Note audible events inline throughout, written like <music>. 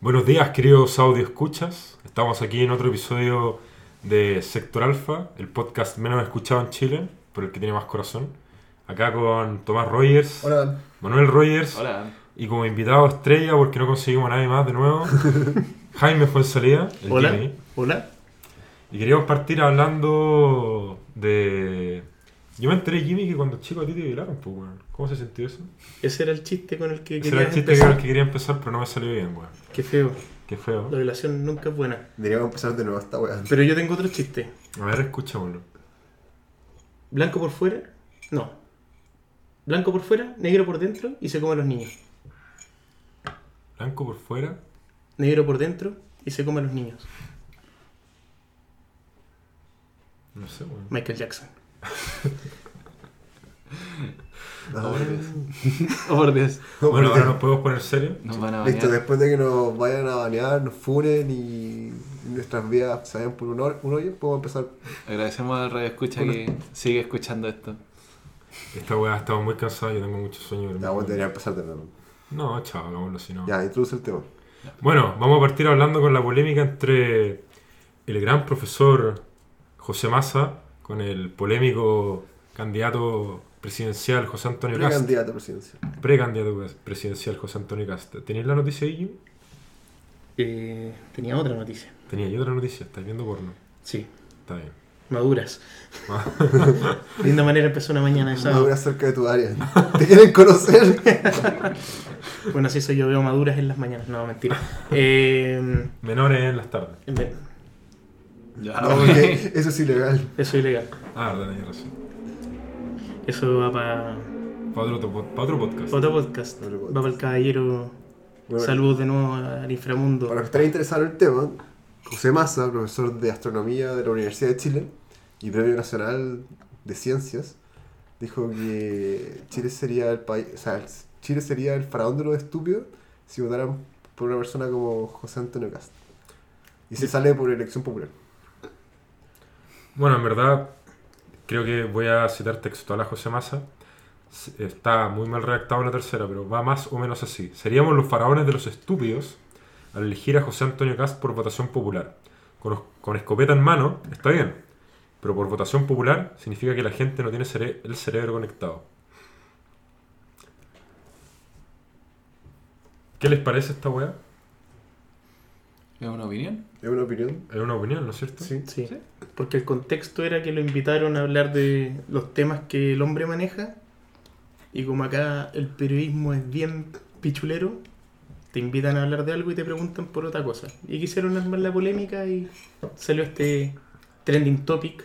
Buenos días, queridos audio escuchas. Estamos aquí en otro episodio de Sector Alfa, el podcast menos escuchado en Chile, pero el que tiene más corazón. Acá con Tomás Rogers, Hola, Manuel Rogers Hola. y como invitado estrella, porque no conseguimos a nadie más de <laughs> nuevo, Jaime Fuensalida, el Hola, Jimmy. hola. Y queríamos partir hablando de. Yo me enteré, Jimmy, que cuando chico a ti te violaron, pues, weón. ¿Cómo se sintió eso? Ese era el chiste con el que Ese era el querías chiste que, empezar. que quería empezar, pero no me salió bien, weón. Qué feo. Qué feo. La violación nunca es buena. deberíamos empezar de nuevo esta weá. Pero yo tengo otro chiste. A ver, escuchémoslo. Blanco por fuera, no. Blanco por fuera, negro por dentro y se come a los niños. Blanco por fuera, Negro por dentro y se come a los niños. no sé, weón. Michael Jackson. Oh, No, Ordes. no, <laughs> Bueno, ahora pero- nos podemos poner serio. Nos van a Listo, bañar. después de que nos vayan a banear, nos funen y nuestras vidas se vayan por un, hor- un hoyo, podemos empezar. Agradecemos al radio escucha que sigue escuchando esto. Esta weá estaba muy cansada, yo tengo mucho sueño. pero No, bueno, debería empezar de nuevo. No, chao, hagámoslo si no. Ya, introduce el tema. Bueno, vamos a partir hablando con la polémica entre el gran profesor José Massa con el polémico candidato presidencial José Antonio Cast. Precandidato a presidencia. Precandidato pres- presidencial José Antonio Cast. ¿Tenéis la noticia ahí? Jim? Eh, tenía otra noticia. Tenía yo otra noticia, estáis viendo porno. Sí, Está bien. maduras. Ah. <laughs> Linda manera empezó una mañana de sábado. Ahora cerca de tu área. <laughs> ¿Te quieren <laughs> conocer? Bueno, así soy yo, veo maduras en las mañanas. No, mentira. <laughs> Eh, Menores en las tardes. en vez- Ya. No, porque eso es ilegal. eso es ilegal. Ah, verdad, tenéis razón. Eso va para Para otro, po- pa' otro podcast. otro podcast. Otro podcast. Va para el caballero. Bueno, Saludos de nuevo al inframundo. Para los que estén interesados en el tema, José Massa, profesor de astronomía de la Universidad de Chile y Premio Nacional de Ciencias, dijo que Chile sería el país, o sea, Chile sería el faraón de los estúpidos si votaran por una persona como José Antonio Cast. Y se sale por elección popular. Bueno, en verdad, creo que voy a citar textual a José Massa. S- Está muy mal redactado en la tercera, pero va más o menos así. Seríamos los faraones de los estúpidos al elegir a José Antonio Cast por votación popular. Con, os- con escopeta en mano, está bien. Pero por votación popular significa que la gente no tiene cere- el cerebro conectado. ¿Qué les parece esta weá? ¿Es una opinión? ¿Es una opinión? Es una opinión, ¿no es cierto? Sí. Sí. Sí. Porque el contexto era que lo invitaron a hablar de los temas que el hombre maneja. Y como acá el periodismo es bien pichulero, te invitan a hablar de algo y te preguntan por otra cosa. Y quisieron armar la polémica y salió este trending topic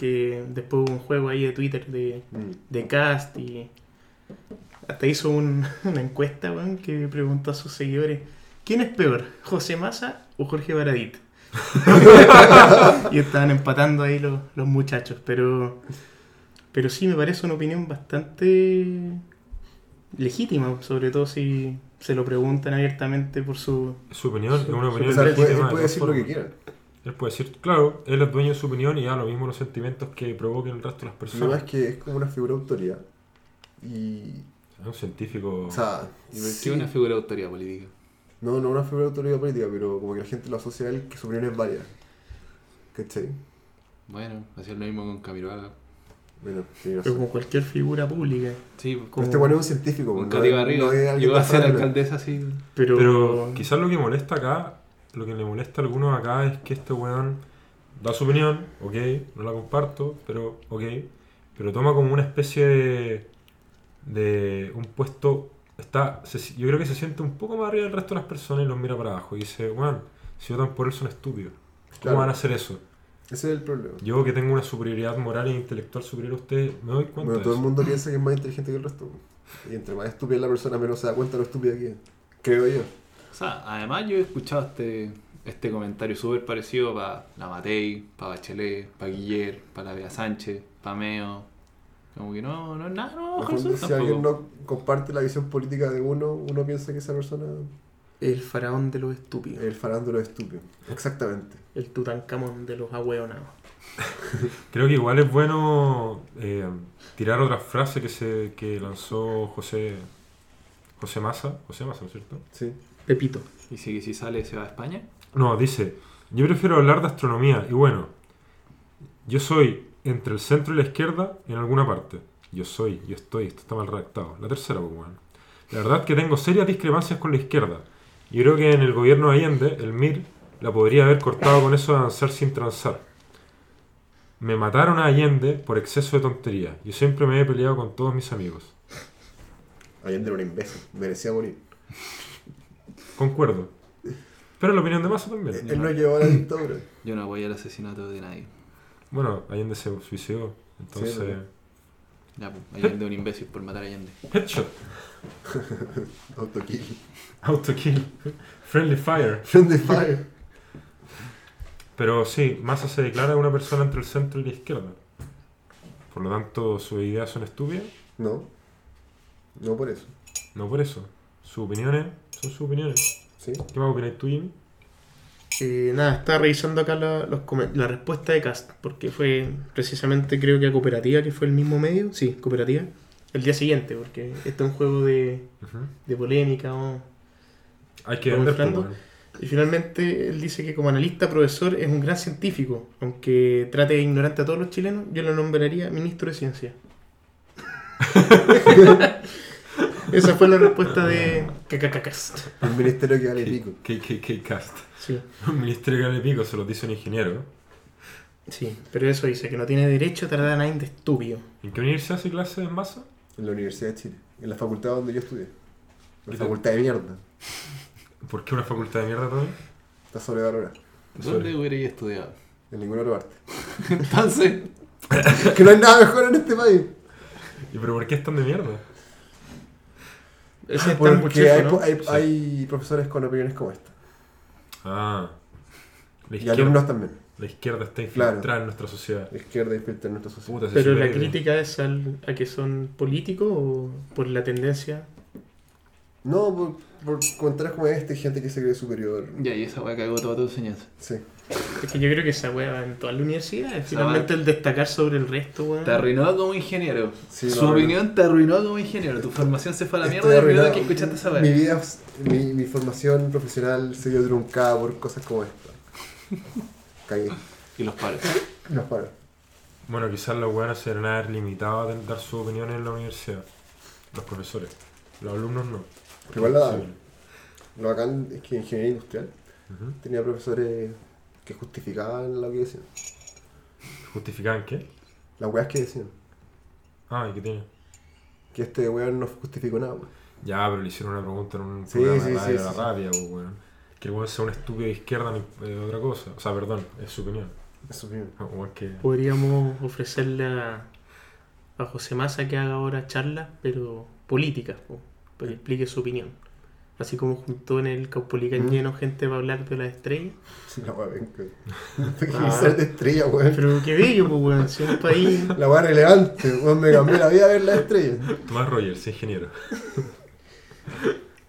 que después hubo un juego ahí de Twitter de, Mm. de cast y hasta hizo un- <laughs> una encuesta weón, que preguntó a sus seguidores ¿quién es peor? ¿José Massa o Jorge Baradit? <laughs> y estaban empatando ahí los, los muchachos pero pero sí me parece una opinión bastante legítima sobre todo si se lo preguntan abiertamente por su Es su opinión, es una O opinión. sea, él puede, él legítima de puede todas decir lo que formas. quiera. Él puede decir, claro, él es dueño de su opinión y da lo mismo los sentimientos que provoquen el resto de las Lo demás personas. es que es como una figura de autoridad. Y. Es un científico. O sea, y ver si- Sí, una figura de autoridad política. No, no una figura de autoridad política, pero como que la gente lo asocia a él que su opinión es válida. ¿Cachai? Bueno, hacía lo mismo con Camiroaga. Bueno, tiene pero razón. como cualquier figura pública Sí, Pero como- este bueno es un científico, con no Katy es- Barriga. no es alguien Llegó a tan ser raro. alcaldesa así. pero, Pero quizás lo que molesta acá, lo que le molesta a algunos acá es que este weón da su opinión, ok, no la comparto, pero ok, pero toma como una especie de, de un puesto, está, se- yo creo que se siente un poco más arriba del resto de las personas y los mira para abajo y dice, weón, si votan por él son estúpidos, ¿cómo Claro. van a hacer eso? Ese es el problema. Yo que tengo una superioridad moral e intelectual superior a ustedes, me doy cuenta Bueno, de todo el eso. mundo piensa que es más inteligente que el resto. Y entre más estúpida es la persona, menos se da cuenta de lo estúpida que es. Creo yo. O sea, además yo he escuchado este, este comentario súper parecido para la Matei, para Bachelet, para Guiller, para la Bea Sánchez, para Meo. Como que no, no es nada, no, En el Jorge, fondo, si tampoco. alguien no comparte la visión política de uno, uno piensa que esa persona el faraón de los estúpidos es el farándulo estúpido. Exactamente. El Tutankamón de los ahueonados. Creo que igual es bueno eh, tirar otra frase que se que lanzó José José Massa, José Massa, ¿no es cierto? Sí. Pepito. Y si, si sale, se va a España. No, dice, yo prefiero hablar de astronomía y bueno, yo soy entre el centro y la izquierda en alguna parte. Yo soy, yo estoy, esto está mal redactado. La tercera, pues bueno. La verdad que tengo serias discrepancias con la izquierda. Yo creo que en el gobierno de Allende, el MIR, la podría haber cortado con eso de avanzar sin transar. Me mataron a Allende por exceso de tontería. Yo siempre me he peleado con todos mis amigos. Allende era un imbécil, merecía morir. Concuerdo. Pero la opinión de masa Él también. él no llevó a la dictadura. Yo no apoyo el asesinato de nadie. Bueno, Allende se suicidó. Entonces... Sí, ¿verdad? Ya, pues, Allende es un imbécil por matar a Allende. Headshot. Autokill. Autokill. <laughs> Friendly fire. Friendly fire. Pero sí, Massa se declara una persona entre el centro y la izquierda. Por lo tanto, sus ideas son estúpidas. No. No por eso. No por eso. Sus opiniones son sus opiniones. ¿Sí? ¿Qué más opináis tú, Jimmy? Eh, nada, estaba revisando acá la, los come- la respuesta de Cast, porque fue precisamente creo que a Cooperativa, que fue el mismo medio, sí, Cooperativa, el día siguiente, porque esto es un juego de, Ujú. de polémica. ¿no? Hay que ¿Vamos vender. entrando? pues, bueno. Y finalmente él dice que como analista, profesor, es un gran científico, aunque trate de ignorante a todos los chilenos, yo lo nombraría ministro de ciencia. <laughs> Esa fue la respuesta de Cast. Un ministerio que vale pico. K- K- K- cast. <laughs> Sí. Un ministerio que vale pico se lo dice un ingeniero. Sí, pero eso dice que no tiene derecho a tratar a nadie de estúpido. Ah, ¿En qué universidad hace clases en Massa? En la Universidad de Chile. En la facultad donde yo estudié. ¿Y La tú? facultad de mierda. ¿Por qué una facultad de mierda también? Está sobrevalorada. Sobre. ¿Dónde hubiera yo estudiado? En ninguna otra parte. <laughs> <laughs> Entonces, que no hay nada mejor en este país. ¿Y pero por qué están de mierda? Ese es tan Porque buchefo, hay, ¿no? po- hay, Sí. hay profesores con opiniones como esta. Ah. La Y izquierda, alumnos también. la izquierda está Claro. infiltrada en nuestra sociedad. La izquierda infiltra en nuestra sociedad. Puta, se Pero la supera. crítica es al- a que son políticos o por la tendencia. No, por, por comentarios como este, gente que se cree superior. ya, y esa weá cagó toda tu enseñanza. Sí. Es que yo creo que esa wea va en todas las universidades. Esa Finalmente el destacar sobre el resto, weón. Te arruinó como ingeniero. Sí, Su lo arruinó. opinión te arruinó como ingeniero. Tu formación se fue a la mierda Estoy la primera vez arruinado. que escuchaste esa Mi weá. vida, mi, mi formación profesional se vio truncada por cosas como esta. <laughs> Cagué. Y los paros. Nos paro. Bueno, quizás los buenos se deben haber limitado a dar sus opiniones en la universidad. Los profesores. Los alumnos no. Pero igual la Sí. daban. Lo bacán es que en ingeniería industrial Ujú. tenía profesores que justificaban lo que decían. ¿Justificaban qué? Las weas que decían. Ah, ¿y qué tiene? Que este weón no justificó nada. weón. Ya, pero le hicieron una pregunta en un Sí, programa de sí, radio sí, a la sí. rabia, pues, weón. Que el weón sea un estúpido de izquierda ni eh, otra cosa. O sea, perdón, es su opinión. Eso mismo. O weón que... Podríamos ofrecerle a, a José Massa que haga ahora charlas, pero políticas, po, para que explique su opinión. Así como juntó en el Caupolicán Mm. lleno gente para hablar de las estrellas. <laughs> La <laughs> wea <laughs> venga. Pensar de estrella, weón. Pero qué bello, pues, weón. Si un país La wea relevante. Weón me cambió la vida ver las estrellas. Tomás Rogers, ingeniero.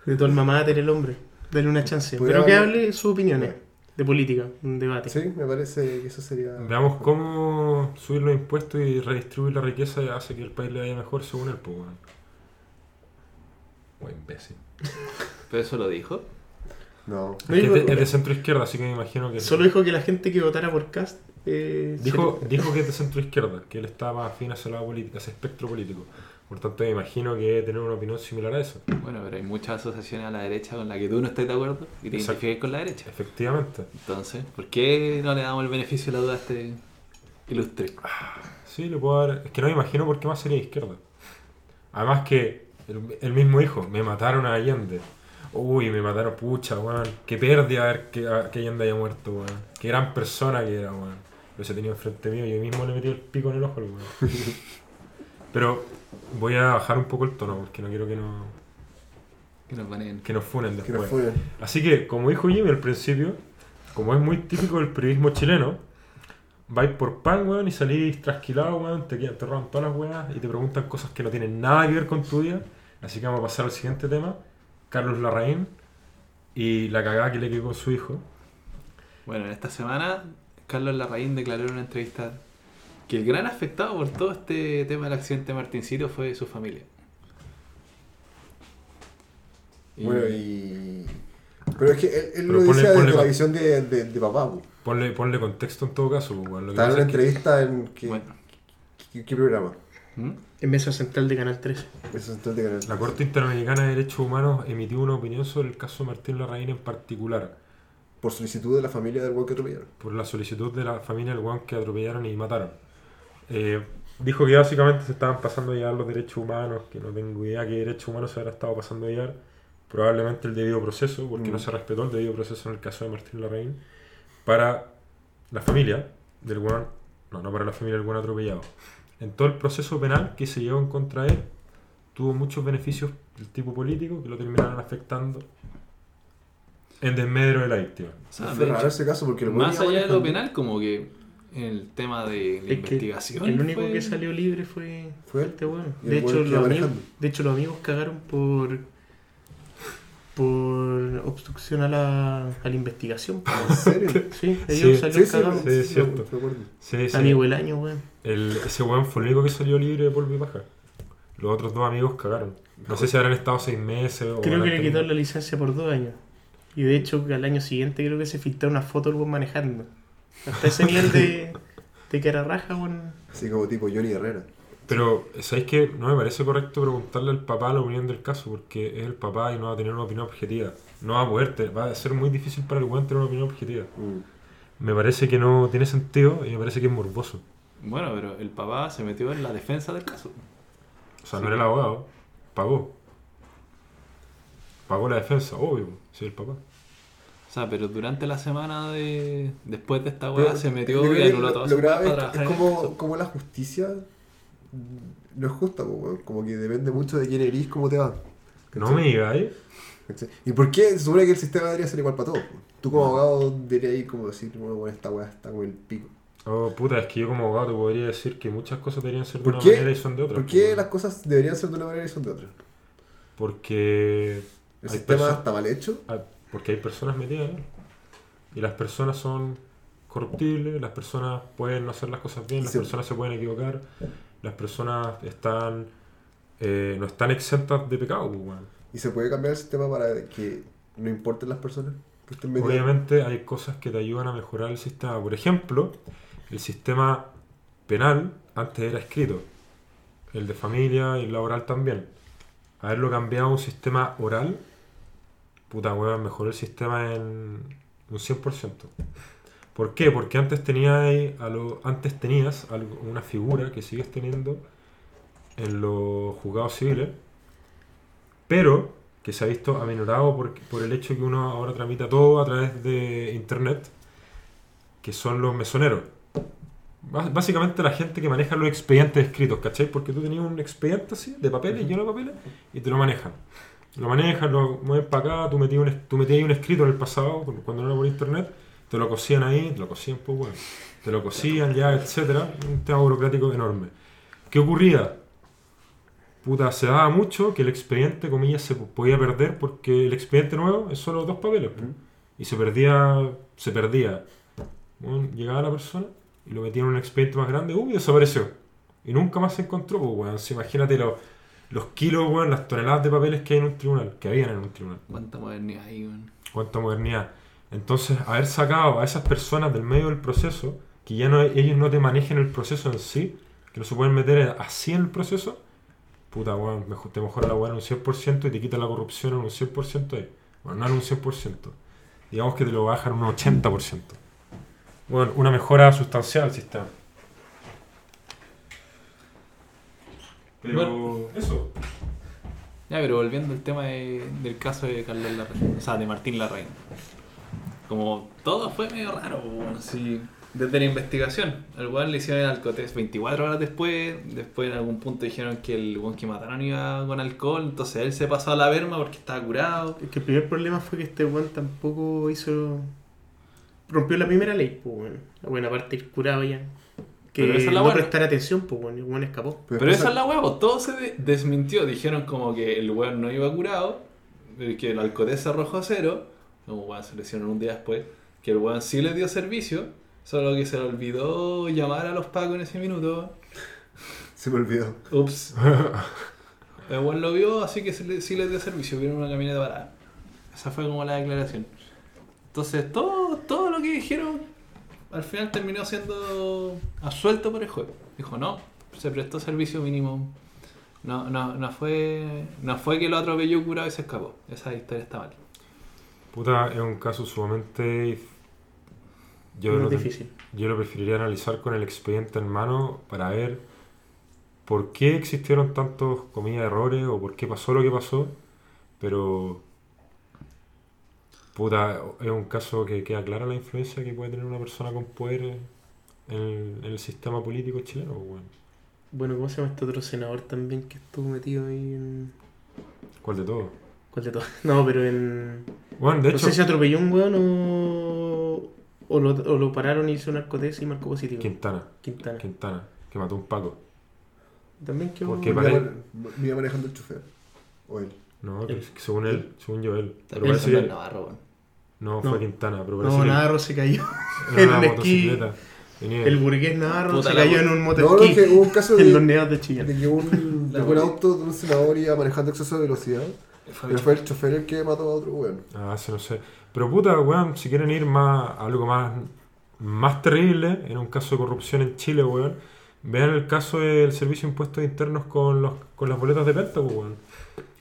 de tu alma mater el hombre, dale una chance. Podríamos- Pero que hable sus opiniones de política, un debate. Sí, me parece que eso sería. Veamos cómo subir los impuestos y redistribuir la riqueza hace que el país le vaya mejor según él, pues, weón. Weón, imbécil. Pero eso lo dijo. No. No Es que digo- es de, es de centro izquierda, así que me imagino que... Solo dijo que la gente que votara por Cast. eh, Dijo, dijo que es de centro izquierda, que él está más afín a ese, lado político, a ese espectro político. Por tanto, me imagino que debe tener una opinión similar a eso. Bueno, pero hay muchas asociaciones a la derecha con las que tú no estás de acuerdo y te Exacto. identificas con la derecha. Efectivamente. Entonces, ¿por qué no le damos el beneficio de la duda a este ilustre? Sí, le puedo dar... Es que no me imagino por qué más sería de izquierda. Además que el, el mismo hijo, me mataron a Allende. Uy, me mataron, pucha, weón. Qué pérdida ver que, a- que Allende haya muerto, weón. Qué gran persona que era, weón. Lo he tenido enfrente mío y yo mismo le metí el pico en el ojo, al weón. Pero voy a bajar un poco el tono porque no quiero que, no, Que nos ponen. que nos funen Que después. nos funen. Así que, como dijo Jimmy al principio, como es muy típico del periodismo chileno, vais por pan, weón, y salís trasquilado, weón, te, quedan- te roban todas las weas y te preguntan cosas que no tienen nada que ver con tu vida. Así que vamos a pasar al siguiente tema, Carlos Larraín y la cagada que le quedó con su hijo. Bueno, en esta semana, Carlos Larraín declaró en una entrevista que el gran afectado por todo este tema del accidente de Martincito fue su familia. Bueno, y Pero es que él, él Pero lo ponle- dice desde ponle- la visión de, de, de papá. po. Ponle, ponle contexto en todo caso. pues, weón. Lo que Estaba en pasa una es que- entrevista en. ¿Qué, Bueno. qué- qué programa? ¿Mm? En Mesa Central de Canal 13. Eso es todo de canal. La Corte Interamericana de Derechos Humanos emitió una opinión sobre el caso Martín Larraín en particular, Por solicitud de la familia del weón que atropellaron. por la solicitud de la familia del guan que atropellaron y mataron. Eh, dijo que básicamente se estaban pasando a llevar los derechos humanos, que no tengo idea qué derechos humanos se habrá estado pasando a llevar. Probablemente el debido proceso, porque Mm. no se respetó el debido proceso en el caso de Martín Larraín, para la familia del guan, no, no para la familia del guan atropellado. En todo el proceso penal que se llevó en contra de él, tuvo muchos beneficios del tipo político que lo terminaron afectando en desmedro de la víctima. O sea, fue Ah, de raro hecho, ese caso porque el weón más iba allá de lo manejando. penal, como que el tema de la Es que investigación. el único fue- que salió libre fue, Fue él. este weón. Y el De hecho, weón quedó los amigos, manejando. de hecho, los amigos cagaron por por obstrucción a la, a la investigación. po. ¿En <laughs> serio? Sí, Sí, Sí, ellos salieron sí, cagados. sí, es cierto. me acuerdo. Sí, sí. Amigo del año, weón. El- ese weón fue el único que salió libre de polvo y paja. Los otros dos amigos cagaron. No sé si habrán estado seis meses Oh, o. Creo que habrán le tenido- quitaron la licencia por dos años. Y de hecho, al año siguiente creo que se filtró una foto del weón manejando. Hasta ese nivel de, de cara raja, weón. Así como tipo Johnny Herrera. Pero, ¿sabéis que No me parece correcto preguntarle al papá la opinión del caso, porque es el papá y no va a tener una opinión objetiva. No va a poder, te- va a ser muy difícil para el weón tener una opinión objetiva. Mm. Me parece que no tiene sentido y me parece que es morboso. Bueno, pero el papá se metió en la defensa del caso. O sea, Sí. no era el abogado, pagó. Pagó la defensa, obvio, si el papá. O sea, pero durante la semana de después de esta Pero weá se yo metió creo y que anuló lo- toda Lo su weá grave para es, es trabajar en el como, caso. como la justicia mm, no es justa, po, weón. como que depende mucho de quién eres, cómo te va. No me digáis. ¿Cachai? ¿Y por qué se supone que el sistema debería ser igual para todos? po? Tú como abogado deberías ir como decir, bueno, bueno, esta weá está con el pico. Oh, puta, es que yo como abogado te podría decir que muchas cosas deberían ser de ¿Por una qué? manera y son de otra. ¿Por qué las cosas deberían ser de una manera y son de otra? Porque. El hay sistema perso- está mal hecho. Ah, Porque hay personas metidas. ¿no? Y las personas son corruptibles, las personas pueden no hacer las cosas bien, las Sí. personas se pueden equivocar, las personas están eh, no están exentas de pecado. pues, weón. ¿Y se puede cambiar el sistema para que no importen las personas que estén metidas? Obviamente hay cosas que te ayudan a mejorar el sistema. Por ejemplo, el sistema penal antes era escrito, el de familia y el laboral también. Haberlo cambiado a un sistema oral, puta weón, mejoró el sistema en un 100%. ¿Por qué? Porque antes, tenía ahí a lo- antes tenías algo- una figura que sigues teniendo en los juzgados civiles, pero que se ha visto aminorado por, por el hecho que uno ahora tramita todo a través de internet, que son los mesoneros. Bás- Básicamente la gente que maneja los expedientes escritos, ¿cachai? Porque tú tenías un expediente así, de papeles, lleno de papeles, y te lo manejan. Lo manejan, lo mueven para acá, tú metías un, es- tú metías ahí un escrito en el pasado, cuando no era por internet, te lo cosían ahí, te lo cosían, pues bueno, te lo cosían ya, etcétera, Un tema burocrático enorme. ¿Qué ocurría? puta, se daba mucho que el expediente, comillas, se po- podía perder porque el expediente nuevo es solo dos papeles. po. Ujú. Y se perdía, se perdía. Bueno, llegaba la persona y lo metía en un expediente más grande, uy, desapareció. Y nunca más se encontró, pues, weón. Sí, imagínate lo- los kilos, weón, las toneladas de papeles que hay en un tribunal, que habían en un tribunal. Cuánta modernidad ahí, weón. Cuánta modernidad. Entonces, haber sacado a esas personas del medio del proceso, que ya no, ellos no te manejen el proceso en sí, que no se pueden meter así en el proceso, puta, weón, mejo- te mejora la weá en un 100% y te quita la corrupción en un 100% ahí. Bueno, no en un 100%. Digamos que te lo bajan en un 80%. Bueno, una mejora sustancial al sistema. Pero eso. Ya, pero volviendo al tema de- del caso de Carlos Larraín, o sea, de Martín Larraín. Como todo fue medio raro, pues, bueno, sí. Desde la investigación, al weón le hicieron el alcotest 24 horas después, después en algún punto dijeron que el weón que mataron iba con alcohol, entonces él se pasó a la verma porque estaba curado. Es que el primer problema fue que este weón tampoco hizo. Rompió la primera ley, pues weón. Bueno, aparte el curado ya. Que Pero esa es la no buena. prestar atención, pues weón. El weón escapó. Pero esa es la huevo, todo se de- desmintió, dijeron como que el weón no iba curado, eh, que el alcohol se arrojó a cero, como weón se lesionaron un día después, que el weón sí le dio servicio, solo que se le olvidó llamar a los pacos en ese minuto. Se me olvidó. <laughs> Ups. El weón lo vio, así que se le- sí le dio servicio. Vieron una camioneta parada. Esa fue como la declaración. Entonces, todo, todo lo que dijeron al final terminó siendo absuelto por el juez. Dijo, no, se prestó servicio mínimo. No, no, no fue no fue que lo atropelló curado y se escapó. Esa historia está mal. Puta, es un caso sumamente. Yo, no lo es ten- difícil. yo lo preferiría analizar con el expediente en mano para ver por qué existieron tantos, comillas, errores o por qué pasó lo que pasó. Pero. Puta, es un caso que queda clara la influencia que puede tener una persona con poder en el, en el sistema político chileno. pues, weón. Bueno, ¿cómo se llama este otro senador también que estuvo metido ahí en. ¿Cuál de todos? ¿Cuál de todos? <laughs> No, pero en. Bueno, de no hecho, sé si atropelló un weón o. O lo, o lo pararon y hizo narcotés y marcó positivo. Quintana, Quintana. Quintana, que mató a un Paco. También que ¿Por un- qué? Iba pare- mane- iba manejando el chofer. O él. No, Él. que según eh, él, según yo él. Pero También parece son del que- Navarro, weón. No, No. fue Quintana, pero parece No, que Navarro se cayó. era una en <laughs> el esquí. motocicleta. Tenía- El burgués Navarro Puta se la cayó bu- en un No, no, motorquí. que hubo un caso <laughs> en los de, neos de Chillán. de que un, de La que un wea. auto de un senador iba manejando exceso de velocidad. Fue Pero fue el chofer el que mató a otro weón. Ah, sí, no sé. Pero puta, weón, si quieren ir más, a algo más, más terrible, en un caso de corrupción en Chile, weón, vean el caso del servicio de impuestos internos con, los, con las boletas de penta, pues, weón.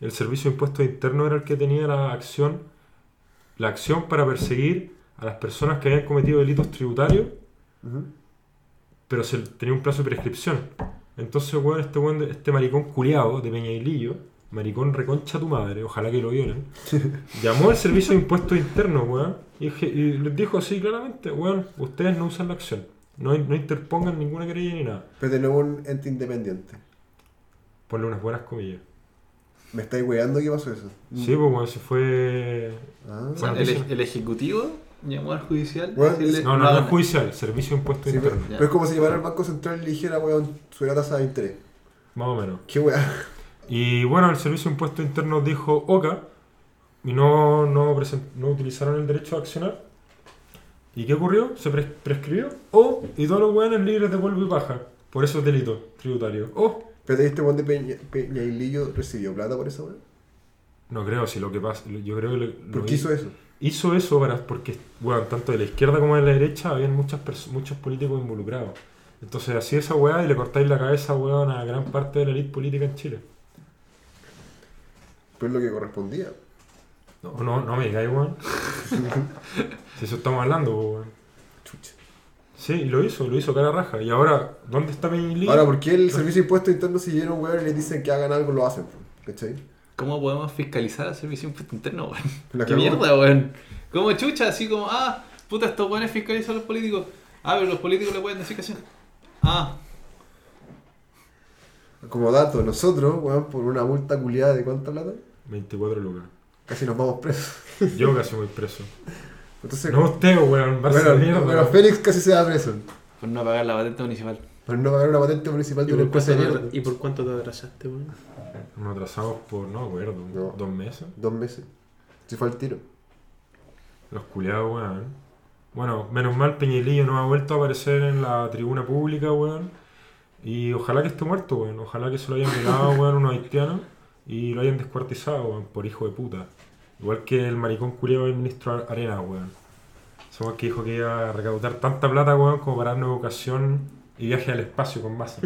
El servicio de impuestos internos era el que tenía la acción, la acción para perseguir a las personas que habían cometido delitos tributarios pero se tenía un plazo de prescripción. Entonces, weón, este, weón de- este maricón culiado de Peñailillo, maricón reconcha tu madre, ojalá que lo violen, llamó al servicio de impuestos internos, weón, y, dije- y les dijo así claramente, weón, ustedes no usan la acción, no, no interpongan ninguna querella ni nada. Pero de nuevo un ente independiente. Ponle unas buenas comillas. Me estáis weando que pasó eso. Sí, pues, weón, se fue... Ah. O sea, el, el ejecutivo llamó al judicial. Bueno, decirle, No, no, no hagan es judicial, servicio de impuestos Sí, pero, internos. Ya. pero es como si llevara al Banco Central y dijera, weón, sube la tasa de interés. Más o menos. Qué weá. <laughs> Y bueno, el Servicio de Impuestos Internos dijo OCA y no, no, presen- no utilizaron el derecho a accionar. ¿Y qué ocurrió? Se pres- prescribió. Oh, y todos los hueones libres de polvo y paja. Por esos delitos tributarios. Oh, Pero este weón de Peña, Peñailillo recibió plata por esa weá. no creo si lo que pasa. Yo creo que lo, lo ¿Por qué hizo eso? hizo eso para, porque, bueno, tanto de la izquierda como de la derecha habían muchas pers- muchos políticos involucrados. Entonces, así esa hueá y le cortáis la cabeza, hueón, a gran parte de la elite política en Chile. Pues lo que correspondía. No, no, no me digáis, weón. <laughs> si eso estamos hablando, pues, po, weón. Chucha. Sí, y lo hizo, lo hizo cara raja. Y ahora, ¿dónde está Peñilí? Ahora, ¿por qué el servicio de impuestos internos siguieron weón y les dicen que hagan algo, lo hacen? ¿Cachai? ¿Cómo podemos fiscalizar al servicio de impuesto interno, weón? La ¿Qué cagó. mierda, weón? Como chucha, así como, ah, puta, estos weones fiscalizan a los políticos. Ah, pero los políticos le pueden decir que hacen. Ah, Como dato, nosotros, weón, por una multa culiada de cuánta plata, 24 lucas. casi nos vamos presos. Yo casi voy <laughs> preso. Entonces, No usted, weón. Va a ser bueno, mierda. bueno, weón. Félix casi se va preso. por no pagar la patente municipal. Por no pagar una patente municipal ¿Y de una por, empresa cuánto de te, mierda. y por cuánto te atrasaste, weón? Nos atrasamos por, no me acuerdo, No. dos meses. Dos meses. Se fue al tiro. Los culiados, weón. Bueno, menos mal Peñilillo no ha vuelto a aparecer en la tribuna pública, weón. Y ojalá que esté muerto, weón. Ojalá que se lo hayan violado, weón, unos haitianos. Y lo hayan descuartizado, weón, por hijo de puta. Igual que el maricón culiado del ministro Ar- Arenas, weón. Ese weón que dijo que iba a recaudar tanta plata, weón, como para darnos educación y viaje al espacio con masa.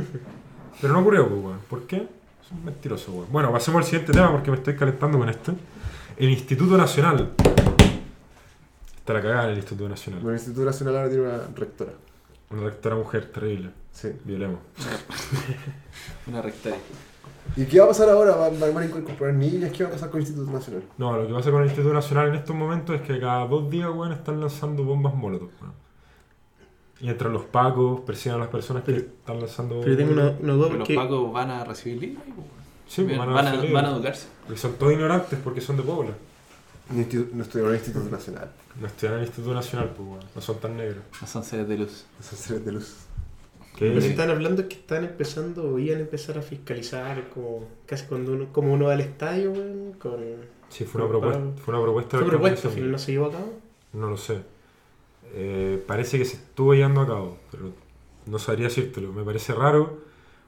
Pero no ocurrió, pues, weón. ¿Por qué? Es un mentiroso, weón. Bueno, pasemos al siguiente tema porque me estoy calentando con esto. El Instituto Nacional. Está la cagada en el Instituto Nacional. Bueno, el Instituto Nacional ahora tiene una rectora. Una rectora mujer, terrible. Sí. Violemos. Una rectoría. ¿Y qué va a pasar ahora? ¿Van van a incorporar niñas? ¿Qué va a pasar con el Instituto Nacional? No, lo que pasa con el Instituto Nacional en estos momentos es que cada dos días, weón, están lanzando bombas molotov, weón. Y entran los pacos, persiguen a las personas que están lanzando Pero yo tengo una, una duda Pero los porque. pacos van a recibir libre, weón. Sí, pues, van, van a a, recibir. van a educarse. Porque son todos ignorantes porque son de Puebla. Ni institu- no estudiaron el Instituto Nacional. <laughs> No estudian en el Instituto Nacional, pues, weón. No son tan negros. No son seres de luz. Esos seres de luz. ¿Qué Lo que es? están hablando es que están empezando o iban a empezar a fiscalizar como casi cuando uno, como uno va al estadio, weón, con. Sí, fue una propuesta. Fue una propuesta Fue del propuesta, al Congreso. final no se llevó a cabo. No lo sé. Eh, parece que se estuvo llevando a cabo, pero no sabría decírtelo. Me parece raro,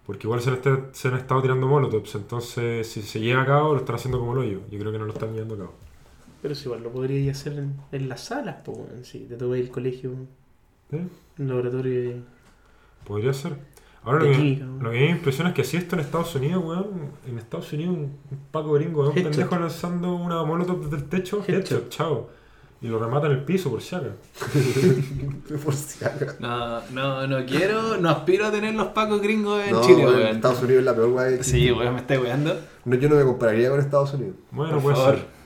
porque igual se, le está- se han estado tirando molotovs, entonces si se lleva a cabo lo están haciendo como lo yo. Yo creo que no lo están llevando a cabo. Pero si igual lo podrías hacer en, en las salas, pues, weón. Si te toca el colegio, ¿Eh? un laboratorio de. Podría ser. Ahora lo De que, química, weón. lo que a mí me impresiona es que así esto en Estados Unidos, weón. En Estados Unidos, un un Paco Gringo, weón, un Headshot. pendejo lanzando una molotov desde el techo, Headshot. headshot, chao. Y lo remata en el piso por si acaso. Por si acaso. No, no, no quiero, no aspiro a tener los pacos gringos en No, Chile, weón, weón. Estados Unidos es la peor weá que existe. Sí, weón, me estáis weando. No, yo no me compararía con Estados Unidos. Bueno, Por puede favor. ser.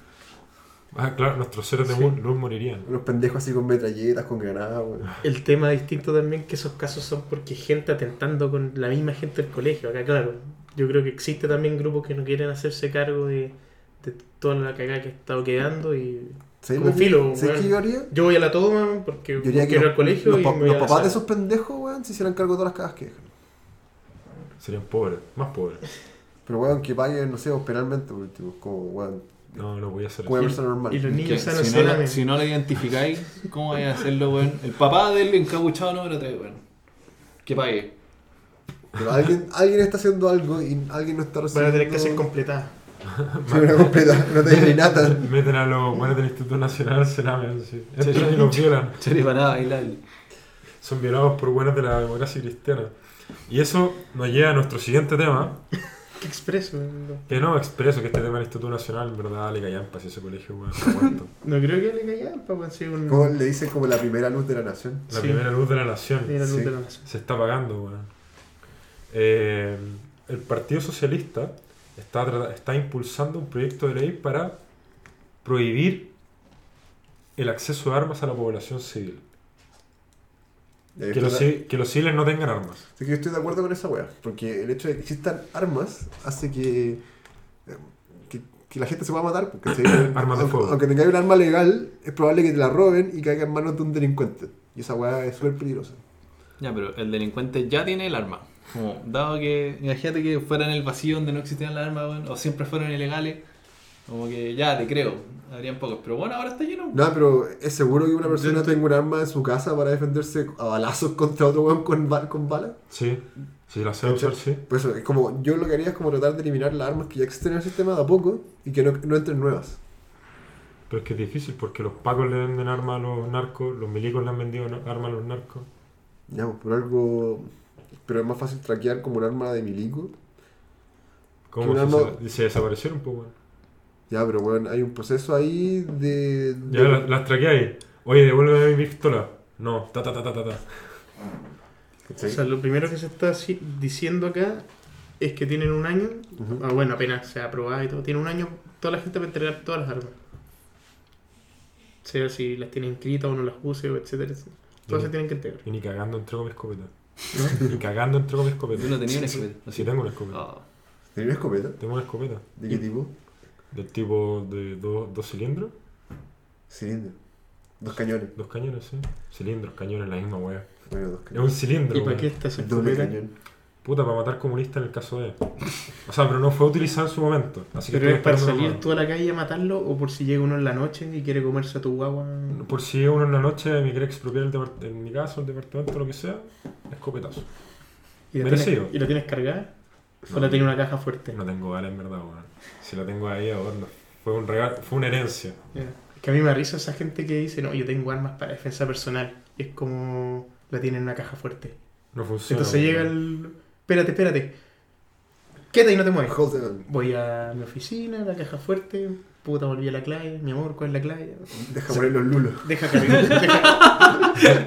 Ah, claro, nuestros seres de mu- luz morirían. Unos pendejos así con metralletas, con granadas, weón. El tema distinto también que esos casos son porque gente atentando con la misma gente del colegio. Acá, claro, yo creo que existe también grupos que no quieren hacerse cargo de, de toda la cagada que ha estado quedando y ¿Sabes Como lo que- filo, ¿sabes weón. qué yo haría? yo voy a la toma porque Yo diría que quiero ir los, al colegio los y pa- me voy los a la papás de sala. esos pendejos, weón, se hicieran cargo de todas las cagas que dejan. Serían pobres, más pobres. Pero weón, que paguen, no sé, vos penalmente, por último. Como, weón, No, no voy a hacer como una eso. persona normal. Y los Que niños sanos si, no la, si no la identificáis, ¿cómo vais a hacerlo, weón? El papá del encabuchado número 3, weón. Que pague. Pero <laughs> alguien, alguien está haciendo algo y alguien no está van recibiendo... a tener <laughs> que ser completadas. Sí, una completa, <laughs> no te des ni nata. Meten a los buenos del Instituto Nacional Sename, así. Estos y <laughs> los violan. Chori para nada, bailar. Son violados por buenas de la democracia cristiana. Y eso nos lleva a nuestro siguiente tema, Qué expreso. No, Que no expreso que este tema del Instituto Nacional, en verdad, le callan para ese colegio, weón. está muerto. no creo que le caigan para conseguir un... Como le dicen como la primera luz de la nación. La Sí. primera luz de la nación Mira, luz Sí. de la nación. se está apagando, weón. Eh, el Partido Socialista está, tra- está impulsando un proyecto de ley para prohibir el acceso de armas a la población civil. Y ahí Que está los, la- ci- que los civiles no tengan armas. Así que yo estoy de acuerdo con esa wea. Porque el hecho de que existan armas hace que. eh, que, que la gente se pueda matar. Porque <coughs> si Armas de aunque- fuego. Aunque tengáis un arma legal, es probable que te la roben y caiga en manos de un delincuente. Y esa wea es súper peligrosa. Ya, pero el delincuente ya tiene el arma. Como, dado que, imagínate que fueran el vacío donde no existían las armas, weón, o siempre fueron ilegales, como que ya, te creo, habrían pocos. Pero bueno, ahora está lleno. No, pero es seguro que una persona tenga un arma en su casa para defenderse a balazos contra otro weón con, bal- con balas. Sí, si las sé usar, sí. Por eso, es como, yo lo que haría es como tratar de eliminar las armas que ya existen en el sistema de a poco y que no, no entren nuevas. Pero es que es difícil porque los pacos le venden armas a los narcos, los milicos le han vendido na- armas a los narcos. Ya, pues, por algo. Pero es más fácil traquear como un arma de milico. ¿Cómo Que se, un arma- se- se desaparecieron, pues, weón? Ya, pero bueno, hay un proceso ahí de. de- Ya la- las traqué ahí. Oye, devuélveme mi pistola. No, ta ta ta ta ta. ta. ¿cachai? O sea, lo primero que se está si- diciendo acá es que tienen un año, Ujú. ah, bueno, apenas se ha aprobado y todo, tiene un año toda la gente para entregar todas las armas. Sea si las tiene inscritas o no las use, o etcétera, etcétera. Todas Ujú. se tienen que entregar. Y ni cagando entrego mi escopeta. <laughs> Ni cagando entrego mi escopeta. Yo no tenía una escopeta. Sí, tengo una escopeta. Oh, ¿Tenía una escopeta? Tengo una escopeta. ¿De qué tipo? Del tipo de do- dos cilindros. Cilindro. Dos cañones. Dos cañones, sí. Cilindros, cañones, la misma weá. Bueno, dos Es un cañones. cilindro. ¿Y para weón. qué está esa El doble escopeta? cañón. Puta, para matar comunistas en el caso de. O sea, pero no fue utilizado en su momento. Así que ¿Pero es estoy para esperando salir nomás. tú a la calle a matarlo o por si llega uno en la noche y quiere comerse a tu guagua? Por si uno en la noche me quiere expropiar el depart- en mi casa, el departamento, lo que sea, escopetazo. ¿Y la, merecido. tienes, ¿y la tienes cargada? ¿O la tiene una caja fuerte? No tengo balas en verdad, weón. Si la tengo ahí, adorno. Fue un regalo, fue una herencia. Ya. Es que a mí me risa esa gente que dice, no, yo tengo armas para defensa personal. Y es como la tiene en una caja fuerte. No funciona. Entonces weón. llega el... Espérate, espérate. Quédate y no te mueves. Hold on. Voy a mi oficina, la caja fuerte. Puta, volví a la clave. Mi amor, ¿cuál es la clave? Deja poner los lulos. Deja cargar. deja-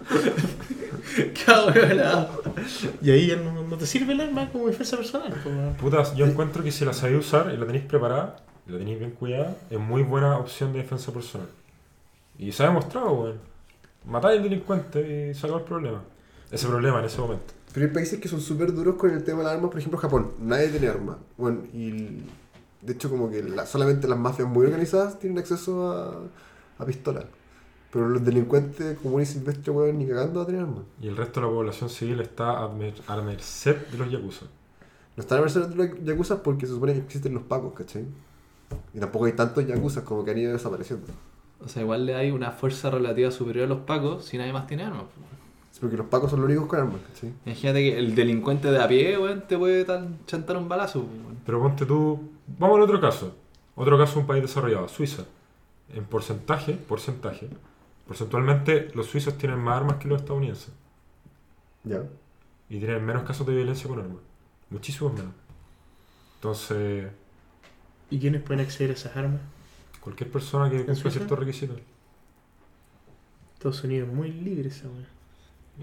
<laughs> Cabrón. Y ahí ya no, no te sirve el arma como defensa personal. po, weón. Puta, yo encuentro que si la sabéis usar y la tenéis preparada, y la tenéis bien cuidada, es muy buena opción de defensa personal. Y se ha demostrado, weón. Matáis al delincuente y se acabó el problema. Ese problema en ese momento. Pero hay países que son súper duros con el tema de las armas. Por ejemplo, Japón. Nadie tiene armas. Bueno, y. el- De hecho, como que la- solamente las mafias muy organizadas tienen acceso a, a pistolas. Pero los delincuentes comunes y silvestres, weón, ni cagando a tener armas. Y el resto de la población civil está a, mer- a merced de los yakuza. No están a merced de los yacuzas porque se supone que existen los pacos, ¿cachai? Y tampoco hay tantos yacuzas como que han ido desapareciendo. O sea, igual le hay una fuerza relativa superior a los pacos si nadie más tiene armas. Es porque los pacos son los únicos con armas, ¿cachai? Imagínate que el delincuente de a pie, weón, te puede tan- chantar un balazo, weón. Pero ponte tú. Vamos al otro caso. Otro caso de un país desarrollado, Suiza. en porcentaje, porcentaje, porcentualmente los suizos tienen más armas que los estadounidenses Ya. y tienen menos casos de violencia con armas, muchísimos menos. Entonces, ¿Y quiénes pueden acceder a esas armas? cualquier persona que cumpla Suiza? ciertos requisitos, Estados Unidos es muy libre esa weá.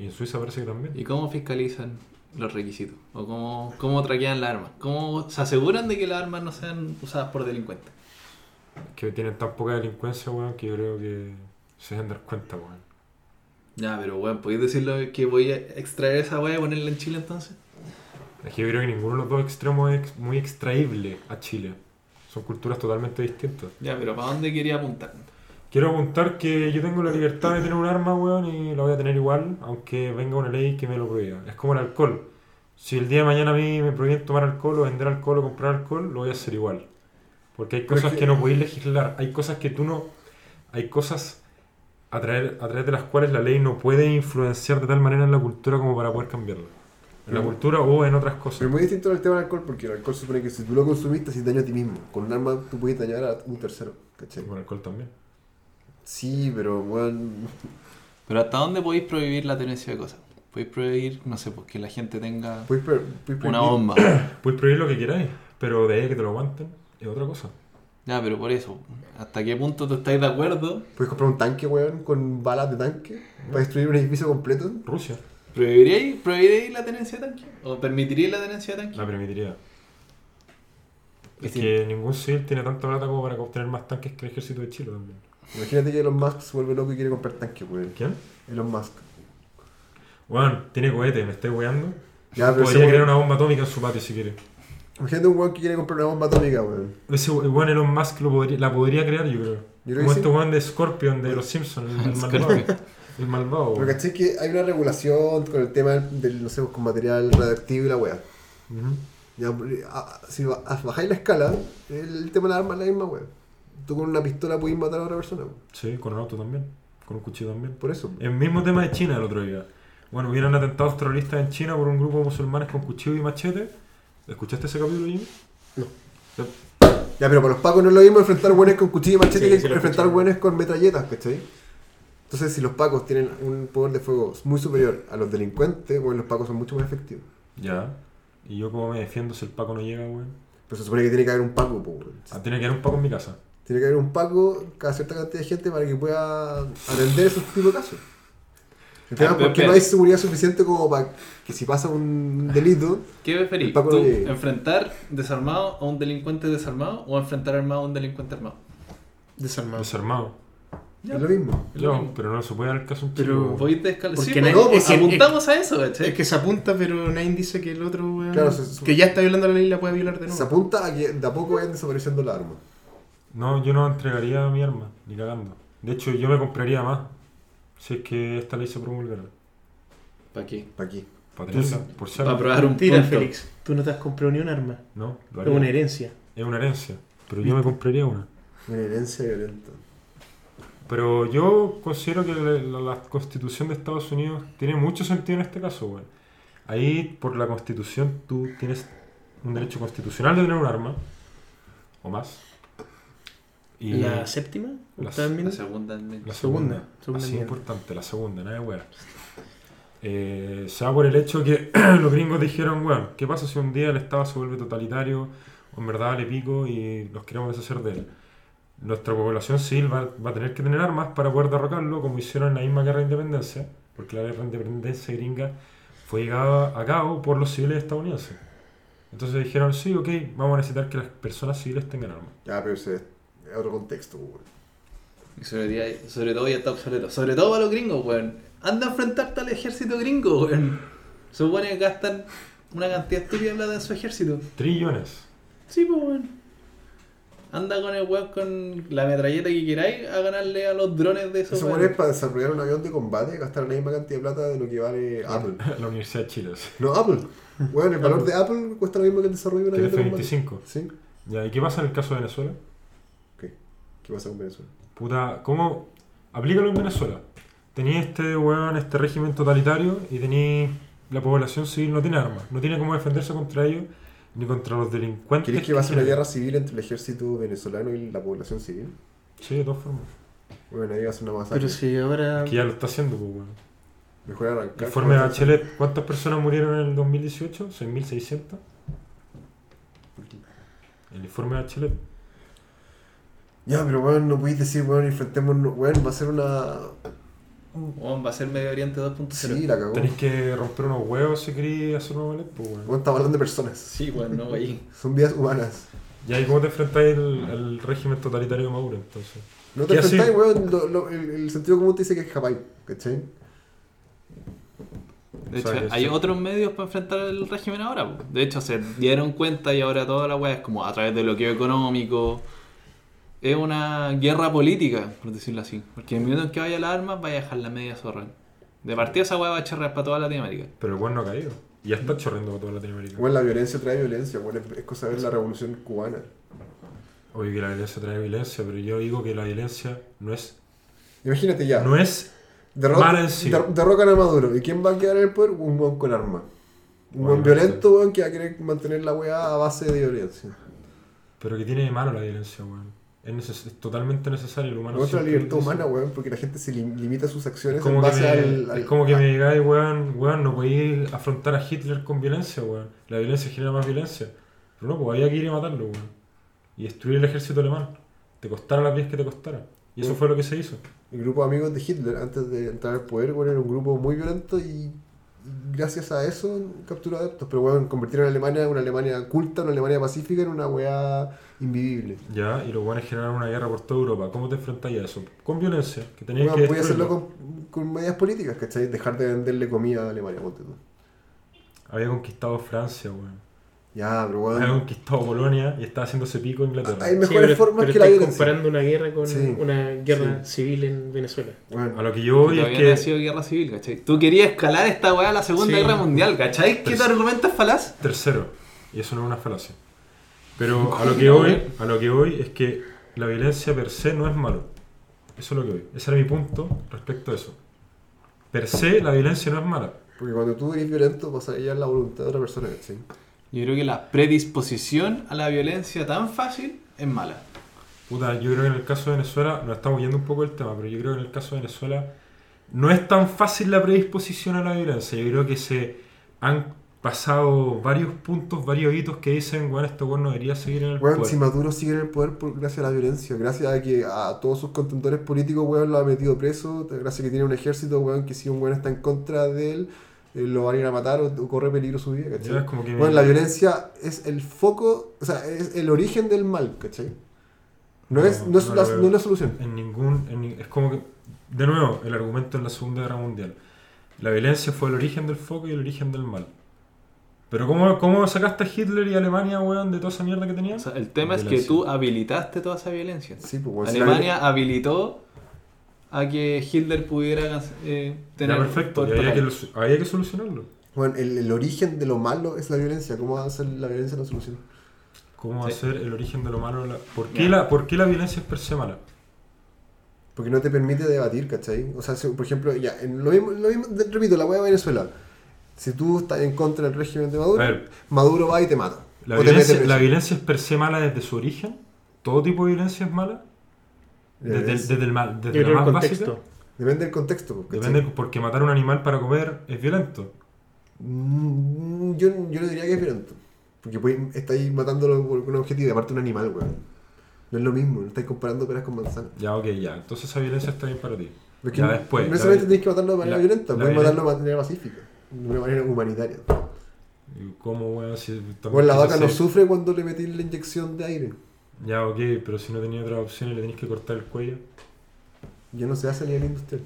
y en Suiza parece que también. ¿Y cómo fiscalizan los requisitos? ¿O cómo, cómo traquean las armas? ¿Cómo se aseguran de que las armas no sean usadas por delincuentes? que tienen tan poca delincuencia, weón, que yo creo que se dejan dar cuenta, weón. Ya, pero weón, ¿podéis decirlo que voy a extraer esa weá y ponerla en Chile entonces? Es que yo creo que ninguno de los dos extremos es muy extraíble a Chile. Son culturas totalmente distintas. Ya, pero ¿para dónde quería apuntar? Quiero apuntar que yo tengo la libertad de tener un arma, weón, y la voy a tener igual, aunque venga una ley que me lo prohíba. Es como el alcohol. Si el día de mañana a mí me prohíben tomar alcohol o vender alcohol o comprar alcohol, lo voy a hacer igual. Porque hay cosas que no podéis legislar, hay cosas que tú no... Hay cosas a través, a través de las cuales la ley no puede influenciar de tal manera en la cultura como para poder cambiarla. En la Pero- cultura o en otras cosas. Pero es muy distinto al tema del alcohol, porque el alcohol supone que si tú lo consumiste, haces daño a ti mismo. Con un arma tú puedes dañar a un tercero, ¿cachai? Con alcohol también. Sí, pero bueno, Pero ¿hasta dónde podéis prohibir la tenencia de cosas? ¿Podéis prohibir, no sé, pues que la gente tenga puedes, per- puedes una prohibir- bomba? Puedes prohibir lo que queráis, pero de ahí a que te lo aguanten es otra cosa. ya, pero por eso, ¿hasta qué punto tú estáis de acuerdo? Puedes comprar un tanque, weón, con balas de tanque, para destruir un edificio completo. Rusia ¿Prohibiríais, prohibiríais la tenencia de tanque? ¿O permitiríais la tenencia de tanque? la permitiría. Es Sí. que ningún civil tiene tanta plata como para obtener más tanques que el ejército de Chile también. Imagínate que Elon Musk se vuelve loco y quiere comprar tanque, weón. ¿Quién? Elon Musk. Weón, tiene cohete, me estoy weando. Ya, Ah, pero ese Podría crear weón- una bomba atómica en su patio si quiere. Imagínate un weón que quiere comprar una bomba atómica, weón. Ese we- weón Elon Musk lo podría- la podría crear, yo creo. Yo creo como que este sí. weón de Scorpion de los Simpsons, el, el malvado. Scorpion. El malvado. Pero weón. caché que hay una regulación con el tema del, no sé, pues, con material radioactivo y la weá. Ujú. Ya, pero, ah, si ba- ah, bajáis la escala, el tema de las armas es la misma, weón. Tú con una pistola puedes matar a otra persona, weón. Sí, con un auto también. Con un cuchillo también. Por eso. weón. El mismo tema de China el otro día. Bueno, hubieron atentados terroristas en China por un grupo de musulmanes con cuchillo y machete. ¿Escuchaste ese capítulo, Jimmy? No. Ya, Ya, pero para los pacos no es lo mismo enfrentar weones con cuchillo y machete Sí, que sí lo enfrentar escuché. weones con metralletas, ¿cachai? Entonces, si los pacos tienen un poder de fuego muy superior a los delincuentes, weón, los pacos son mucho más efectivos. Ya. ¿Y yo cómo me defiendo si el Paco no llega, weón? Pero se supone que tiene que haber un paco, po, weón. Ah, tiene que haber un Paco en mi casa. Tiene que haber un paco cada cierta cantidad de gente para que pueda atender esos tipos de casos. El tema Ah, es pero por qué no espera. hay seguridad suficiente como para que si pasa un delito, ¿Qué preferís? El Paco ¿Tú no llega. enfrentar desarmado a un delincuente desarmado o enfrentar armado a un delincuente armado? Desarmado. Desarmado. Ya, es lo mismo. es lo Ya, mismo. pero no se puede dar el caso a un Pero chico, weón. Voy de escala- Porque Sí, nadie- pues, es que- apuntamos a eso, ¿cachai? Es que se apunta, pero nadie dice que el otro, weón, Claro, se- se- que ya está violando la ley, la puede violar de Se nuevo. apunta a que de a poco vayan desapareciendo las armas. No, yo no entregaría mi arma, ni cagando. De hecho, yo me compraría más. Si es que esta ley se promulgara. ¿Para qué? Pa' aquí. Para tenerla, por si Para acaso. probar un Mentira, punto. Félix. Tú no te has comprado ni un arma. No, lo Es haría. una herencia. Es una herencia. Pero yo me compraría una. Una herencia violenta. Pero yo considero que la, la- la constitución de Estados Unidos tiene mucho sentido en este caso, weón. Ahí, por la constitución, tú tienes un derecho constitucional de tener un arma, o más. Y ¿La séptima? La- ¿Octava La enmienda? segunda enmienda. la segunda, segunda. segunda así enmienda. importante, la segunda, nada de weón. Eh, se da por el hecho que <clears throat> los gringos dijeron, weón, ¿qué pasa si un día el Estado se vuelve totalitario? O en verdad le pico y nos queremos deshacer de él. Nuestra población civil va, va a tener que tener armas para poder derrocarlo, como hicieron en la misma guerra de independencia, porque la guerra de independencia gringa fue llevada a cabo por los civiles estadounidenses. Entonces dijeron, sí, ok, vamos a necesitar que las personas civiles tengan armas. Ya, pero ese es otro contexto, weón. Y sobre, día- sobre todo ya está obsoleto. Sobre todo para los gringos, weón. Anda a enfrentarte al ejército gringo, weón. Supone que gastan una cantidad estúpida de plata en su ejército. Trillones. <laughs> Sí, pues, weón. Anda con el weón con la metralleta que queráis a ganarle a los drones de esos Eso bueno es para desarrollar un avión de combate, gastar la misma cantidad de plata de lo que vale Apple. la Universidad de Chile. sí. No, Apple. Bueno, el valor de Apple cuesta lo mismo que el desarrollo de un avión de combate. TF-25. ¿Sí? Ya, ¿y qué pasa en el caso de Venezuela? Ok. ¿Qué pasa con Venezuela? Puta, ¿cómo? Aplícalo en Venezuela. Tenía este weón, este régimen totalitario y tenía la población civil no tiene armas, no tiene cómo defenderse contra ellos ni contra los delincuentes. <laughs> ¿Querés que pase una tienen. guerra civil entre el ejército venezolano y la población civil? Sí, de todas formas. Bueno, ahí va a ser una masacre. Pero si ahora. Que ya lo está haciendo, pues, weón. Mejor arrancar. Informe de con- Bachelet, ¿cuántas personas murieron en el 2018? 6.600. El informe de Bachelet. Ya, pero weón, no podéis decir, weón, enfrentémonos, weón, va a ser una. Weón, va a ser Medio Oriente 2.0. Sí, la cagó. Tenéis que romper unos huevos si queréis hacer una ballet, pues, weón. Weón, estamos hablando de personas. Sí, weón, no, güey. Son vidas humanas. Y ahí, ¿cómo te enfrentáis al, al régimen totalitario de Maduro, entonces? No te ¿Qué así? enfrentáis, weón, lo- lo- el, el sentido común te dice que es Japón, ¿cachai? De O hecho, sea, que hay sí. otros medios para enfrentar el régimen ahora. po. De hecho, se dieron cuenta y ahora toda la weá es como a través de bloqueo económico. Es una guerra política, por decirlo así. Porque en el minuto en que vaya las armas, vaya a dejar la media zorra. De partida esa weá va a chorrear para toda Latinoamérica. Pero el weón no ha caído. Y ya está chorreando por toda Latinoamérica. Weón, la violencia trae violencia, weón, es, es cosa de ver la revolución cubana. Obvio que la violencia trae violencia, pero yo digo que la violencia no es. Imagínate ya. No es. Derro- Mala en sí. der- derrocan a Maduro. ¿Y quién va a quedar en el poder? Un weón con arma. Un weón Obviamente. violento, weón, que va a querer mantener la weá a base de violencia. Pero que tiene de malo la violencia, weón. Es, neces- es totalmente necesario el humano. Contra la siempre libertad necesita- humana, weón, porque la gente se lim- limita sus acciones Es como en que base me, al, al- es como que a- me digáis, weón, weón, no podéis afrontar a Hitler con violencia, weón. La violencia genera más violencia. Pero no, pues había que ir a matarlo, weón. Y destruir el ejército alemán. Te costara las vías que te costara. Y eso Mm. fue lo que se hizo. El grupo de amigos de Hitler, antes de entrar al poder, weón, era un grupo muy violento y y gracias a eso capturó adeptos. Pero, weón, convirtieron a Alemania, una Alemania culta, una Alemania pacífica, en una weá invivible. Ya, y los weones generaron una guerra por toda Europa. ¿Cómo te enfrentáis a eso? Con violencia, que tenías Weón, que voy a hacerlo destruirlo. con, con medidas políticas, ¿cachai? Dejar de venderle comida a Alemania, ponte tú. Había conquistado Francia, weón. Ya, pero, Había weón. conquistado Polonia y estaba haciéndose pico Inglaterra. Hay Sí, mejores pero- formas pero que la estáis violencia. comparando una guerra con Sí. una guerra civil en Venezuela. Weón. A lo que yo voy Todavía es no ha que sido guerra civil, ¿cachai? Tú querías escalar esta weá a la Segunda Sí. Guerra Mundial, ¿cachai? ¿Qué Pero te sí. argumentas falaz? Tercero, y eso no es una falacia. Pero a lo que voy, a lo que voy es que la violencia per se no es malo. Eso es lo que voy. Ese era mi punto respecto a eso. Per se la violencia no es mala. Porque cuando tú eres violento, vas a hallar la voluntad de otra persona, ¿cachai? Yo creo que la predisposición a la violencia tan fácil es mala. Puta, yo creo que en el caso de Venezuela, nos estamos yendo un poco del tema, pero yo creo que en el caso de Venezuela no es tan fácil la predisposición a la violencia. Yo creo que se han pasado varios puntos, varios hitos que dicen, bueno, este bueno no debería seguir en el Weón, poder. si Maduro sigue en el poder por, gracias a la violencia, gracias a que a todos sus contendores políticos, weón, lo ha metido preso, gracias a que tiene un ejército, weón, que si un weón está en contra de él, eh, lo van a ir a matar o, o corre peligro su vida, Ya, eh, es ¿cachai? como que Bueno, me- la violencia es el foco, o sea, es el origen del mal, ¿cachai? No, No, es, no, es, no la, lo veo. no es la solución. en ningún. en ni- es como que. De nuevo, el argumento en la Segunda Guerra Mundial. La violencia fue el origen del foco y el origen del mal. Pero ¿cómo, cómo sacaste a Hitler y Alemania, weón, de toda esa mierda que tenían? O sea, el tema es que Violencia. tú habilitaste toda esa violencia. Sí, pues, weón, si la Alemania habilitó a que Hitler pudiera eh, tener. Ya, perfecto, y poder había que, total. lo- había que solucionarlo. violen- weón, el, el origen de lo malo es la violencia. ¿Cómo va a ser la violencia la solución? ¿Cómo Sí. hacer el origen de lo malo? la- ¿Por, qué Ya. la, ¿Por qué la violencia es per se mala? Porque no te permite debatir, ¿cachai? O sea, si, por ejemplo, ya, en lo mismo, lo mismo- de- repito, la hueá de Venezuela. Si tú estás en contra del régimen de Maduro, A ver. Maduro va y te mata. La o te mete violencia, preso. la violencia es per se mala desde su origen. Todo tipo de violencia es mala. Ya, Desde, el- es- desde el ma- desde Yo la creo el más contexto. básica. Depende del contexto. pues, ¿cachai? Depende, porque matar a un animal para comer es violento. Mm, Yo, yo no diría que es violento. Porque pues, estáis matándolo por un objetivo y aparte un animal, weón. No es lo mismo, no estáis comparando peras con manzanas. Ya, ok, ya. Entonces esa violencia está bien para ti. Porque ya no- después. No la- necesariamente tenéis que matarlo de manera la- violenta, la podéis violen- matarlo de manera pacífica, de una manera humanitaria. ¿Y ¿Cómo, weón? Si también Bueno, la quise vaca no ser- sufre cuando le metís la inyección de aire. Ya, ok, pero si no tenía otra opción y le tenés que cortar el cuello. Ya no se hace a nivel industrial.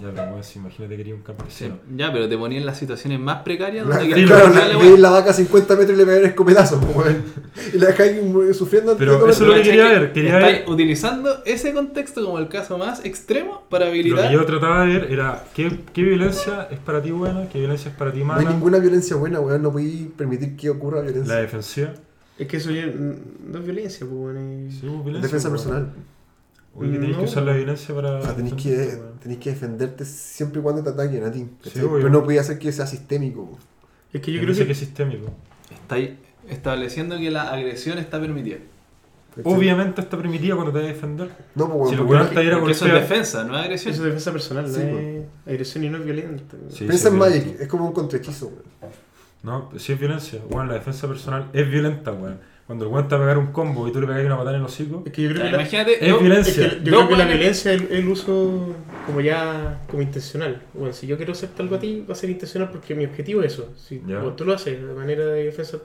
Ya, pero weón, si imagínate que quería un Sí. campesino. Ya, pero te ponía en las situaciones más precarias La- donde sí, <laughs> querías claro, cortarle, la, weón. veis la vaca a 50 metros y le pegáis un escopetazo, <laughs> po, weón. Y la dejáis mu- sufriendo antes Pero eso de es lo que comer. quería ver, quería estáis ver- utilizando ese contexto como el caso más extremo para Lo habilitar. que yo trataba de ver era qué, qué violencia es para ti buena, qué violencia es para ti No hay mala. ninguna violencia buena, weón. No podéis permitir que ocurra violencia. La defensiva. Es que eso ya mm, no es violencia, pues, bueno, y- Sí, pues, violencia, defensa pues, weón. personal. Oye, que tenés que No. usar la violencia para. O sea, tenéis que, tenéis que defenderte siempre y cuando te ataquen a ti. ¿cachai? obvio. Pero no podía hacer que sea sistémico. po. Es que Yo yo creo que, es sistémico. Estáis estableciendo que la agresión está permitida. ¿cachai? Obviamente está primitiva cuando te vas a defender. No, pues, Si bueno, lo porque- cuidaste ahí era Porque eso es golpear. defensa, no es Eso agresión. es defensa personal, Sí, no es agresión y no es violenta. weón. pues. Sí, Piensa sí, en es Magic, violento. es como un contrahechizo, weón. No, sí es violencia. Bueno, la defensa personal es violenta, weón. Cuando el weón te va a pegar un combo y tú le pegas una patada en el hocico, Es que yo creo Ya, que la, Imagínate, es yo- violencia. es que No, yo creo que la bueno. violencia es el, el uso como ya como intencional. Bueno, si yo quiero hacerte algo a ti, va a ser intencional porque mi objetivo es eso. Si Ya. o tú lo haces de manera de defensa.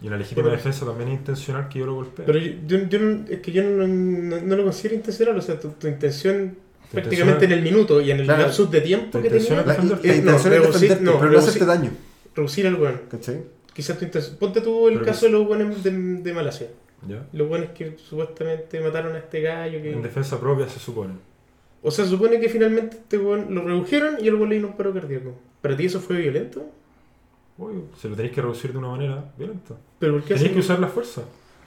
y la legítima defensa también es intencional que yo lo golpee. Pero yo, yo- yo no- es que yo no, no- no lo considero intencional, o sea, tu, tu intención Tu prácticamente en el minuto y en el Claro. lapsus de tiempo Tu que intención tenías, La, defenderte. la Eh, no, intención es reducir- defenderte, no, pero no reducir- hacerte daño, reducir al weón. ¿cachai? Quizás tu intención. Ponte tú el Pero caso de los buenos de, de Malasia. ¿Ya? Los buenos que supuestamente mataron a este gallo. En Que... defensa propia se supone. O sea, supone que finalmente este weón lo redujeron y el weón le dio un paro cardíaco. ¿Para ti eso fue violento? Obvio, se lo tenéis que reducir de una manera violenta. ¿Pero por qué Tenéis hacen- que usar la fuerza.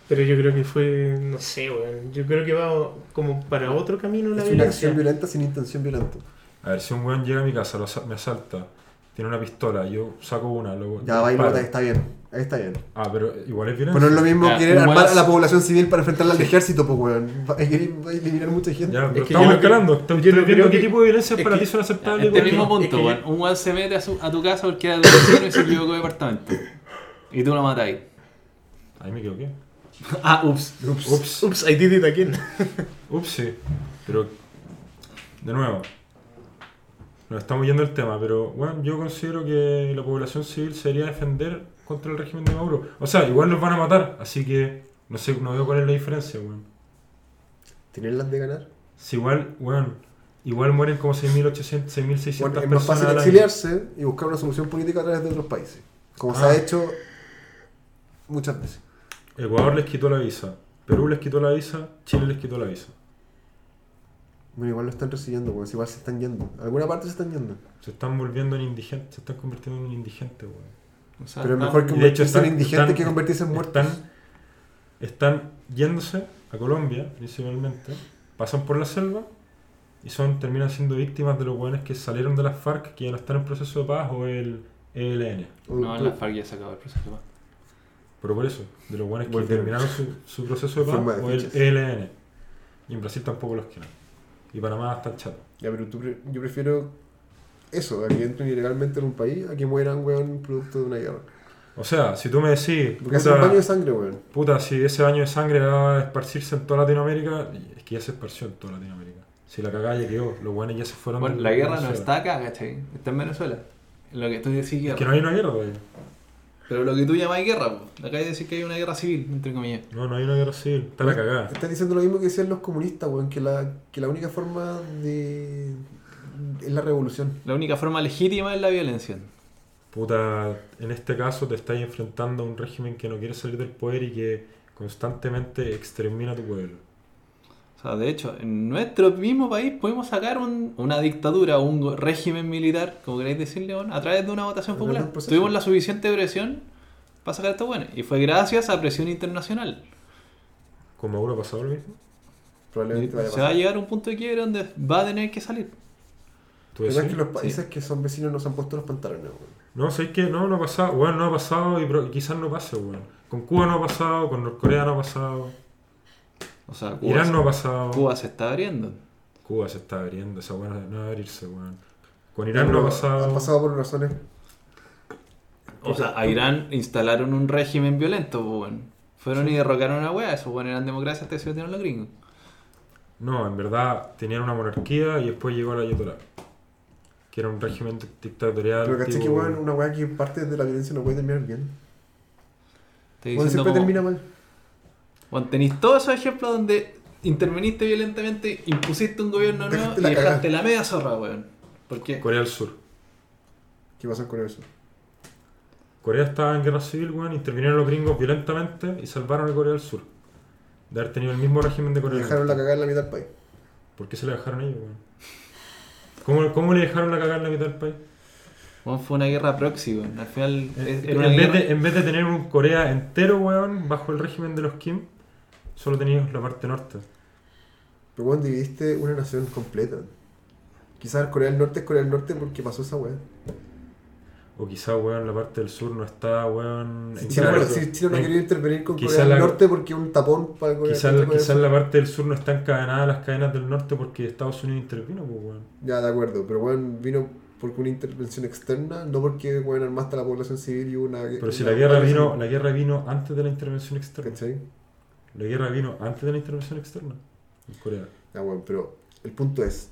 Pero yo creo que fue. No sé, weón. Yo creo que va como para otro camino la Es una violencia. acción violenta sin intención violenta. A ver, si un weón llega a mi casa, lo asa- me asalta, tiene una pistola, yo saco una, luego. Ya, va y lo disparo. mata, está bien, ahí está bien. Ah, pero igual es violencia. Pero no es lo mismo Ya, querer un armar buenas- a la población civil para enfrentarla al ejército, pues, weón. Va a querer- va a eliminar mucha gente. Ya, pero que estamos yo lo que- escalando. yo Estamos lo viendo creo qué que- tipo de violencias es para que- ti son Ya, aceptables. y Este cuáles mismo no. Es punto, que- weón. Un weón se mete a, su- a tu casa porque era tu vecino y se equivocó de departamento. Y tú lo matáis. <laughs> Ahí me equivoqué. Ah, ups. Ups. Ups. Ups, I did it again. Ups, sí. Pero, de nuevo, nos estamos yendo el tema, pero bueno, yo considero que la población civil se debería defender contra el régimen de Maduro. O sea, igual los van a matar, así que no sé, no veo cuál es la diferencia, weón. ¿Tienes las de ganar? Si igual, weón, igual mueren como 6.800, 6.600 Bueno, es personas. más fácil al año. exiliarse y buscar una solución política a través de otros países. Como se Ah. ha hecho muchas veces. Ecuador les quitó la visa, Perú les quitó la visa, Chile les quitó la visa. Bueno, igual lo están recibiendo, weón. Igual se están yendo. A alguna parte se están yendo. Se están volviendo en indigentes, se están convirtiendo en indigentes, weón. O sea, Pero es ah. no. mejor Y de hecho convertirse están- en indigente están- que convertirse en muerto. Están, están yéndose a Colombia, principalmente, pasan por la selva y son terminan siendo víctimas de los hueones que salieron de las FARC, que ya no están en proceso de paz, o el E ELN. No, en la FARC ya se acabó el proceso. ¿no? Pero por eso, de los hueones que Volvieron. terminaron su, su proceso de paz, Forma de o el fichas. ELN. Y en Brasil tampoco los quieren. Y Panamá está chato. Ya, pero tú pre- yo prefiero eso, a que entren ilegalmente en un país, a que mueran, weón, producto de una guerra. O sea, si tú me decís, Porque hace un puta, baño de sangre, weón. puta, si ese baño de sangre va a esparcirse en toda Latinoamérica, es que ya se esparció en toda Latinoamérica. Si la cagada ya quedó, los hueones ya se fueron Bueno, de la guerra no Venezuela. está acá, ¿cachai? Está en Venezuela. Lo que tú decís Es guerra. que no hay una guerra todavía. Pero lo que tú llamas guerra, po. acá hay que decir que hay una guerra civil, entre comillas. No, no hay una guerra civil. Está la cagada. Están diciendo lo mismo que decían los comunistas, weón, que la, que la única forma de. es la revolución. La única forma legítima es la violencia. Puta, en este caso te estás enfrentando a un régimen que no quiere salir del poder y que constantemente extermina a tu pueblo. O sea, de hecho, en nuestro mismo país podemos sacar un- una dictadura o un go- régimen militar, como queréis decirle, bueno, a través de una A votación través de popular. un proceso. Tuvimos la suficiente presión para sacar esto bueno. Y fue gracias a presión internacional. ¿Con Maduro ha pasado lo mismo? Probablemente vaya a Se va a pasar. llegar a un punto de quiebre donde va a tener que salir. ¿Tú Pero decís? es que los países que son vecinos nos han puesto los pantalones, weón. No, sé que no, no ha pasado. Bueno, no ha pasado y pro- quizás no pase, weón. Con Cuba no ha pasado, con Norcorea no ha pasado, O sea, Cuba, Irán se, no ha pasado. Cuba se está abriendo. Cuba se está abriendo, esa weón no va a abrirse, weón. Con Irán no ha Han pasado por razones. O sea, a Irán instalaron un régimen violento, pues, bueno. Fueron y derrocaron una wea, esos bueno, eran democracias hasta que se metieron los gringos. No, en verdad tenían una monarquía y después llegó la Ayatolá. Que era un régimen dictatorial. Pero caché tipo- que, weón, una weá que parte de la violencia no puede terminar bien. Estoy Weón, diciendo siempre como- termina mal. Bueno, tenéis todos esos ejemplos donde interveniste violentamente, impusiste un gobierno nuevo Dejaste y la dejaste la media zorra, weón. Porque Corea del Sur. ¿Qué pasa con eso? Corea estaba en guerra civil, weón, intervinieron los gringos violentamente y salvaron a Corea del Sur. De haber tenido el mismo régimen de Corea del Dejaron Sur. la cagada en la mitad del país. ¿Por qué se la dejaron ellos, weón? ¿Cómo, ¿Cómo le dejaron la cagada en la mitad del país? weón, fue una guerra proxy, weón. Al final es- Eh, En, era una en vez guerra- de, en vez de tener un Corea entero, weón, bajo el régimen de los Kim, solo tenías la parte norte. Pero bueno, dividiste una nación completa. Quizás Corea del Norte es Corea del Norte porque pasó esa weá. O quizá, weón, la parte del sur no está, weón. en Eh, Chile, claro. no- si Chile no En- quería intervenir con quizá Corea del la- Norte porque un tapón para Corea Quizás del Norte. quizás la parte del sur no está encadenada a las cadenas del norte porque Estados Unidos intervino, pues, weón. Ya, de acuerdo, pero bueno, vino porque una intervención externa, no porque bueno, armaste a la población civil y hubo una. Pero si una- la guerra una- vino, la guerra vino antes de la intervención externa. ¿Cachai? La guerra vino antes de la intervención externa en Corea. Ya, bueno, pero el punto es.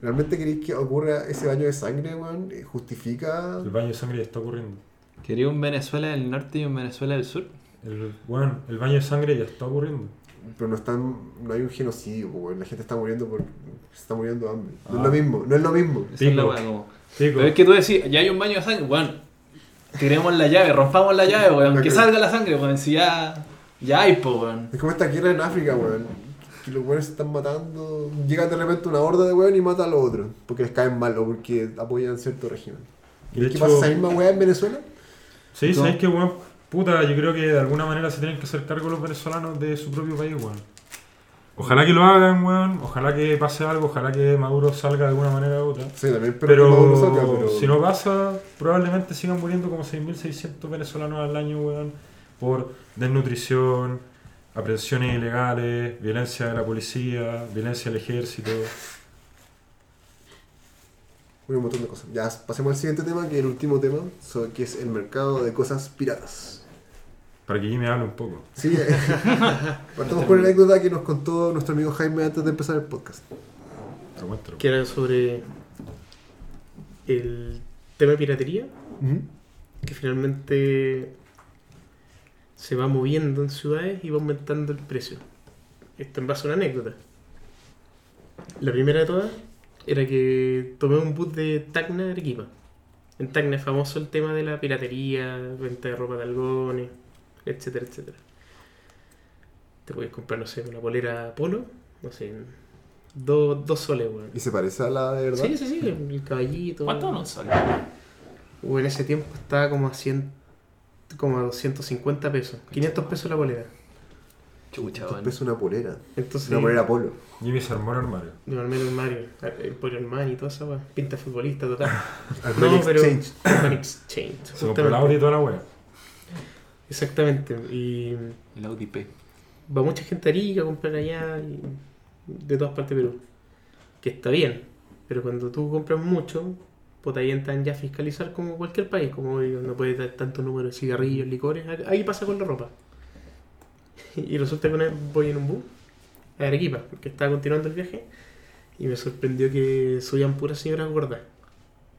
¿Realmente queréis que ocurra ese baño de sangre, weón? Eh, ¿Justifica? El baño de sangre ya está ocurriendo. Quería un Venezuela del norte y un Venezuela del sur. El, weón, el baño de sangre ya está ocurriendo. Pero no están. no hay un genocidio, po, weón. La gente está muriendo por. se está muriendo de hambre. Ah. No es lo mismo, no es lo mismo. Esa Pico. es la weá, como- Digo, Pero es que tú decís, ya hay un baño de sangre, weón. Tiremos la llave, rompamos la llave, weón. Que salga la sangre, weón. Si ya. Ya hay, po, weón. Es como esta guerra en África, weón. Que los weones se están matando. Llega de repente una horda de weón y mata a los otros. Porque les caen mal o porque apoyan cierto régimen. de ¿Qué hecho, pasa esa misma weá en Venezuela? sí, ¿sabes qué, weón? Puta, yo creo que de alguna manera se tienen que hacer cargo los venezolanos de su propio país, weón. Ojalá que lo hagan, weón. Ojalá que pase algo. Ojalá que Maduro salga de alguna manera u otra. Sí, también, pero, Pero, no lo saca, pero- si no pasa, probablemente sigan muriendo como 6.600 venezolanos al año, weón, por desnutrición, aprehensiones ilegales, violencia de la policía, violencia del ejército. Bueno, un montón de cosas. Ya pasemos al siguiente tema, que es el último tema, so- que es el mercado de cosas piratas. Para que Jimmy hable un poco. Sí, <laughs> eh, partamos por la anécdota que nos contó nuestro amigo Jaime antes de empezar el podcast. Aguántalo. que era sobre el tema de piratería, que finalmente se va moviendo en ciudades y va aumentando el precio. Esto en base a una anécdota. La primera de todas era que tomé un bus de Tacna a Arequipa. En Tacna es famoso el tema de la piratería, venta de ropa de algones, etcétera, etcétera. Te puedes comprar, no sé, una polera polo, no sé, en dos, dos soles, weón. Y se parece a la de verdad. Sí, sí, sí, el caballito. ¿Cuánto no sale? O en ese tiempo estaba como a 100, como a 250 pesos. 500 pesos la bolera. Chucha, Esto weón. es una polera. Entonces, Una polera polo. Jimmy se armó el armario. de Manuel Mario, el Pollo Hermano y toda esa weá. Pinta futbolista total. Ah, Armani Exchange. Urban Exchange. Se compró el Audi y toda la wea. Exactamente. Y El Audi P. va mucha gente a Arica a comprar allá y de todas partes de Perú. Que está bien. Pero cuando tú compras mucho, pues ahí entran ya a fiscalizar como cualquier país. Como oye, no puedes dar tanto número de cigarrillos, licores. Ahí pasa con la ropa. <laughs> Y resulta que una vez voy en un bus a Arequipa, porque estaba continuando el viaje. Y me sorprendió que subían puras señoras gordas.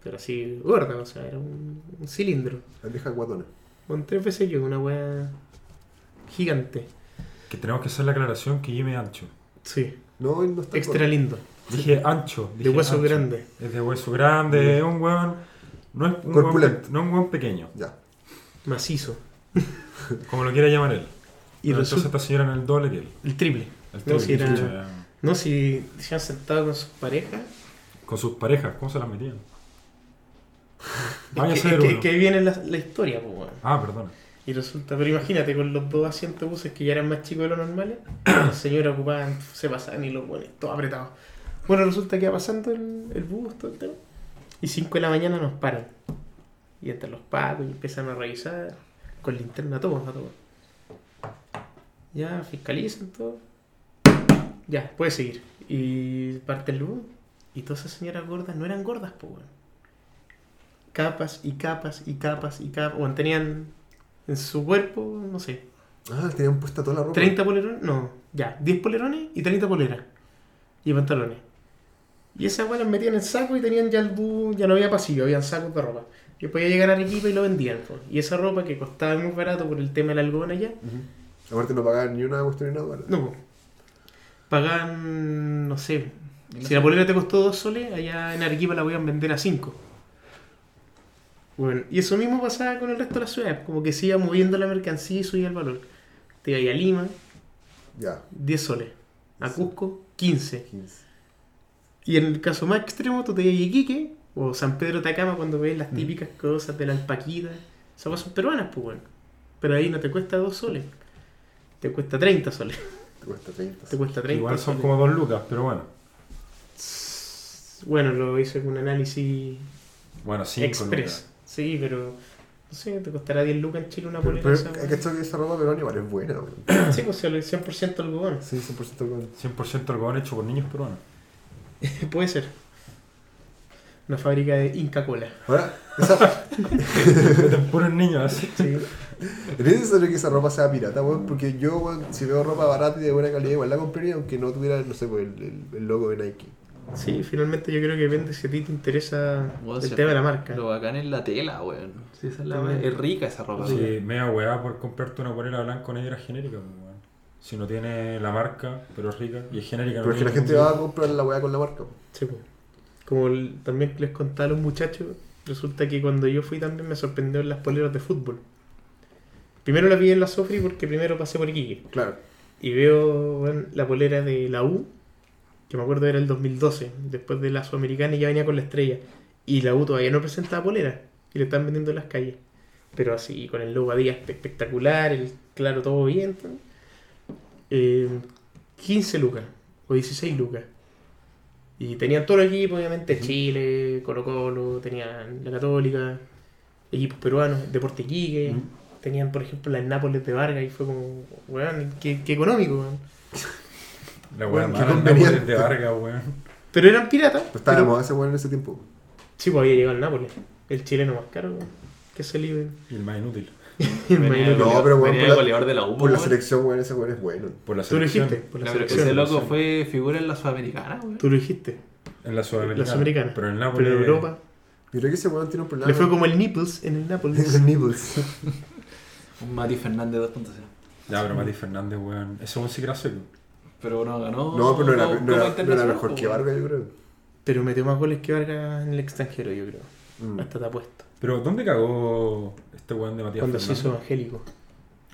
Pero así, gordas, o sea, era un- un cilindro. La vieja guatona. Con tres veces yo, una weá gigante. Que tenemos que hacer la aclaración que Jimmy es ancho. Sí, No, él no está extra lindo. Dije ancho. De dije "Ah, hueso ancho. grande. Es de hueso grande, es un weón. No es un weón, pe- Corpulento. no es un weón pequeño, Ya. Macizo. como lo quiera llamar él. Y Pero Ah, entonces resulta. esta señora en el doble que él. El triple. El No, si triple, era- chucha. No, si se han sentado con sus parejas. Con sus parejas, ¿cómo se las metían? Vaya a Es que, ser es que- uno. que ahí viene la, la historia, pues weón. Ah, perdona. Y resulta, pero imagínate, con los dos asientos buses que ya eran más chicos de lo normales, las señoras ocupaban, se pasaban y los buenos, todo apretado. Bueno, resulta que va pasando el, el bus, todo el tema. Y 5 de la mañana nos paran. Y entran los pacos y empiezan a revisar con linterna, todos, a todos. Ya, fiscalizan todo. Ya, puede seguir. Y parte el bus. Y todas esas señoras gordas no eran gordas, pues, weón. Capas y capas y capas y capas. Bueno, tenían en su cuerpo, no sé, Ah, tenían puesta toda la ropa. 30 polerones, no, ya, 10 polerones y 30 poleras y pantalones. Y esas weas las metían en saco y tenían ya el bu, ya no había pasillo, habían sacos de ropa. Y podía llegar a Arequipa y lo vendían. po. Y esa ropa que costaba muy barato por el tema del algodón allá, Ujú. Aparte no pagaban ni una cuestión ni nada. ¿verdad? no, po. pagaban, no sé, Y no si sé. la polera te costó 2 soles, allá en Arequipa la podían vender a 5. Bueno, y eso mismo pasaba con el resto de las ciudades, como que se iba moviendo la mercancía y subía el valor. Te iba a ir a Lima, Ya. 10 soles. A Cusco, 15. 15. Y en el caso más extremo, tú te ibas a Iquique o San Pedro de Atacama cuando ves las típicas cosas de la alpaquita. Esas cosas son peruanas, pues bueno. Pero ahí no te cuesta 2 soles. Te cuesta 30 soles. Te cuesta 30. Te cuesta 30 Igual son soles. como dos lucas, pero bueno. Bueno, lo hice con un análisis Bueno, 5 Express. Sí, pero. No sé, te costará 10 lucas en Chile una Pero, polera. pero esa, hay que echar que esa ropa peruana igual es buena, weón. Sí, pues si al 100% algodón. <laughs> Sí, 100% con. 100% algodón hecho por niños peruanos. <laughs> Puede ser. Una fábrica de Inca Cola. Ahora, esa, <laughs> Puros niños así. Sí. es necesario que esa ropa sea pirata, weón, porque yo, weón, si veo ropa barata y de buena calidad, igual la compraría, aunque no tuviera, no sé, pues, el, el- el logo de Nike. Sí, finalmente yo creo que depende si a ti te interesa Weón, el se- tema de la marca. Lo bacán es la tela, weón. Sí, esa es, la También. es rica esa ropa. Sí, media weá por comprarte una polera blanco o negra genérica, pues, weón. Si no tiene la marca, pero es rica y es genérica. no Pero es que la tiene gente ningún- va a comprar la weá con la marca. weón. Sí, pues. Como el- también les contaba a los muchachos, resulta que cuando yo fui también me sorprendió en las poleras de fútbol. Primero la vi en la Sofri porque primero pasé por Iquique. Claro. Y veo weón, la polera de la U, que me acuerdo era el 2012, después de la Sudamericana y ya venía con la estrella. Y la U todavía no presentaba polera y le están vendiendo en las calles. Pero así, con el logo Adidas espe- espectacular, el claro todo bien. ¿no? Eh, 15 lucas o 16 lucas. Y tenían todo el equipo, obviamente, Chile, Colo Colo, tenían la Católica, equipos peruanos, Deporte Quique, Ujú. tenían, por ejemplo, las Nápoles de Vargas y fue como, weón, qué, qué económico, weón. La weá Weón, más qué grande, conveniente. weón, de Vargas, weón. Pero eran piratas. Pues estaba de pero- moda ese weón en ese tiempo. Sí, pues había llegado el Nápoles, el chileno más caro, weón, que salió. Y el más inútil. Venía, No, Imagínate. pero, weón, venía por el la- goleador de la U, Por la weón. selección, weón, ese weón es bueno. Por la Tú lo selección. dijiste, por la No, pero selección. ese loco fue figura en la Sudamericana, weón. Tú lo dijiste, En la Sudamericana. la Sudamericana. Pero en Pero Nápoles. en Europa. Yo creo que ese weón tiene un problema. Le fue como el Nipples en el Nápoles. <laughs> con Nibbles. Un Mati Fernández 2.0. Ya, pero Mati Fernández, weón. Ese weón sí que era seco. Pero no ganó. No, pero no era, Copa no era- no era Internacional, mejor pues, que weón. Vargas, yo creo. Pero metió más goles que Vargas en el extranjero, yo creo. Mm. Hasta te apuesto. Pero ¿dónde cagó este weón de Matías Cuando se Fernández? hizo evangélico.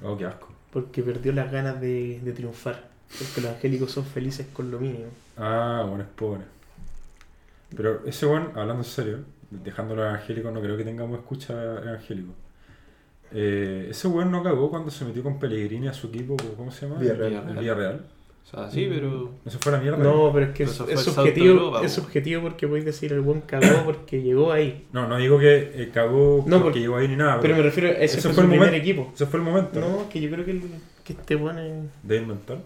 Oh, qué asco. Porque perdió las ganas de, de triunfar. Porque los evangélicos son felices con lo mínimo. Ah, bueno, es pobre. Pero ese weón, hablando en serio, dejándolo evangélico, no creo que tengamos escucha evangélico. Eh, ese weón no cagó cuando se metió con Pellegrini a su equipo, ¿cómo se llama? Villarreal. El Villarreal. O sea, Mm. sí, pero. No se fue a la mierda. No, pero es que Pero es, eso fue es el salto a subjetivo, Europa, es po. subjetivo porque podéis decir el buen cagó porque llegó ahí. No, no digo que eh, cagó No, porque, porque- llegó ahí ni nada. Pero Pero me refiero a ese, ese fue, fue su el primer momento. equipo. ese fue el momento No, que yo creo que, el- que este buen es... de inventar.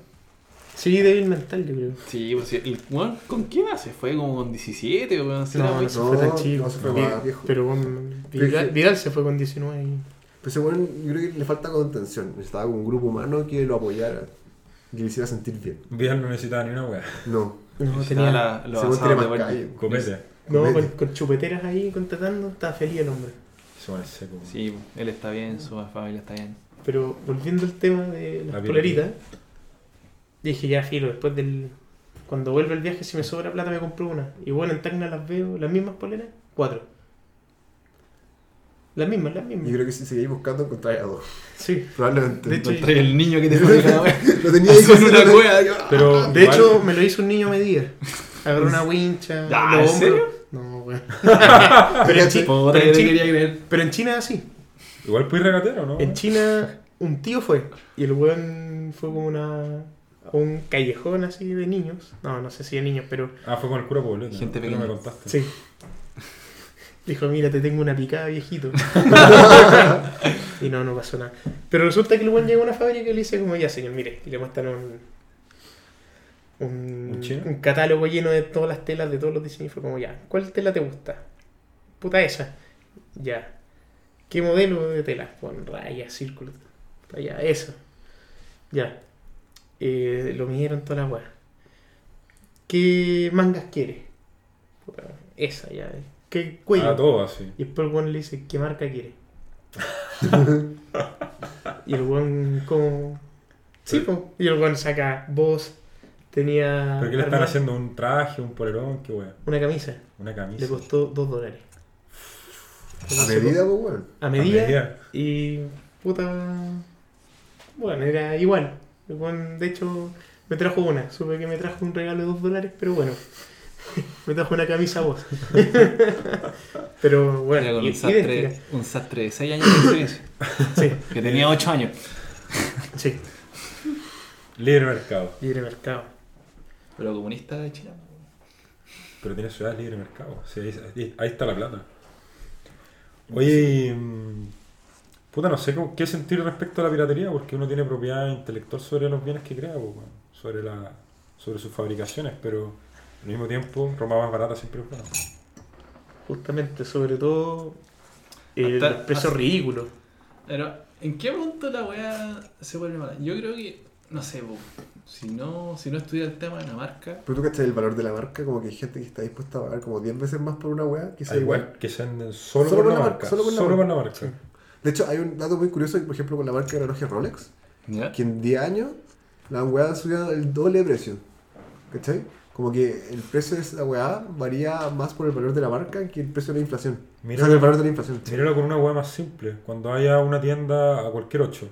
Sí, débil mental, yo creo. Sí, pues sí, el weón, ¿con qué edad se fue? Como con 17, weón. si No, era- no se fue tan no, chico. no se fue Vi- más viejo. Pero bueno, Pero Vidal, que- Vidal se fue con 19 y... Pero Pues ese weón, yo creo que le falta contención. Necesitaba un grupo humano que lo apoyara. Que le hiciera sentir bien. Villarreal no necesitaba ni una weá. No. No, Estaba tenía, la, ese weón los asados tiene de más Barney. calle. Comete. no Comete. con, con chupeteras ahí contratando, estaba feliz el hombre. Ese weón es seco. weón. Sí, él está bien, su familia está bien. Pero volviendo al tema de las La poleritas, dije ya, filo, después del... Cuando vuelve el viaje, si me sobra plata, me compro una. Y bueno, en Tacna las veo, las mismas poleras, cuatro. Las mismas, las Yo mismas. creo que si seguís buscando, encontráis a dos. Sí. Probablemente. De hecho, Encontré el niño que te la weá. <laughs> lo tenía <laughs> ahí Son que una se lo- cueva. yo- Pero De igual- hecho, me lo hizo un niño a medida. Agarró una wincha. Ah, los ¿en hombros. serio? No, weón. <laughs> pero, en Chi- Puta, pero yo en te China, quería creer. pero en China es así. igual puedes regatear o no. En China, un tío fue. Y el weón fue como una. a un callejón así de niños. No, no sé si de niños, pero. Ah, fue con el cura Poblete. Gente ¿no? Tú no me pequeña. contaste. Ah, Sí. Dijo, mira, te tengo una <laughs> picada, viejito. y no, no pasó nada. Pero resulta que el weón llega a una fábrica y le dice como, ya señor, mire. Y le muestran un... Un, ¿Un chino? un catálogo lleno de todas las telas, de todos los diseños. Y fue como, ya, ¿cuál tela te gusta? Puta esa. Ya. ¿Qué modelo de tela? Con rayas, círculos. Ya, eso. Ya. Eh, lo midieron toda la weá. ¿Qué mangas quiere? Puta, esa ya. eh". ¿Qué cuello? Ah, todo así. Y después el weón le dice, ¿qué marca <laughs> quiere? y el weón como... Sí, po. Y el weón saca voz, tenía... ¿Pero qué le están armado haciendo? ¿Un traje, un polerón? ¿Qué weón? Una camisa. Una Le camisa. costó dos dólares. A medida, pues, weón. A A medida. medida. Y... Puta... Bueno, era igual. El weón, de hecho, me trajo una. Supe que me trajo un regalo de dos dólares, pero bueno. <laughs> me trajo una camisa voz. <laughs> pero Era bueno, con y- un sastre, idéntica. un sastre de 6 años de experiencia. Sí, Que tenía 8 años. sí. Libre mercado. Libre mercado. Pero comunista de China. Pero tiene ciudades libre mercado. Sí, ahí, ahí- ahí está la plata. Oye, y, mm, puta, no sé cómo- qué sentir respecto a la piratería, porque uno tiene propiedad intelectual sobre los bienes que crea, pues, weón, sobre, la, sobre sus fabricaciones, pero al mismo tiempo, ropa más barata siempre es buena. Justamente, sobre todo, eh, Hasta- los precios hasta- ridículos. Pero, ¿en qué punto la weá se vuelve mala? Yo creo que, no sé, po, si no, si no estudia el tema de la marca, Pero tú cachas el valor de la marca, como que hay gente que está dispuesta a pagar como 10 veces más por una weá, que sea Al igual. igual que se venden solo, Solo por la marca. Solo por la, marca. De hecho, hay un dato muy curioso, por ejemplo, con la marca de relojes Rolex, ¿ya? que en 10 años la weá subido el doble de precio. ¿Cachai? Como que el precio de esa weá varía más por el valor de la marca que el precio de la inflación. Mira- o sea, el valor de la inflación. Míralo con una hueá más simple. Cuando haya una tienda a cualquier 8,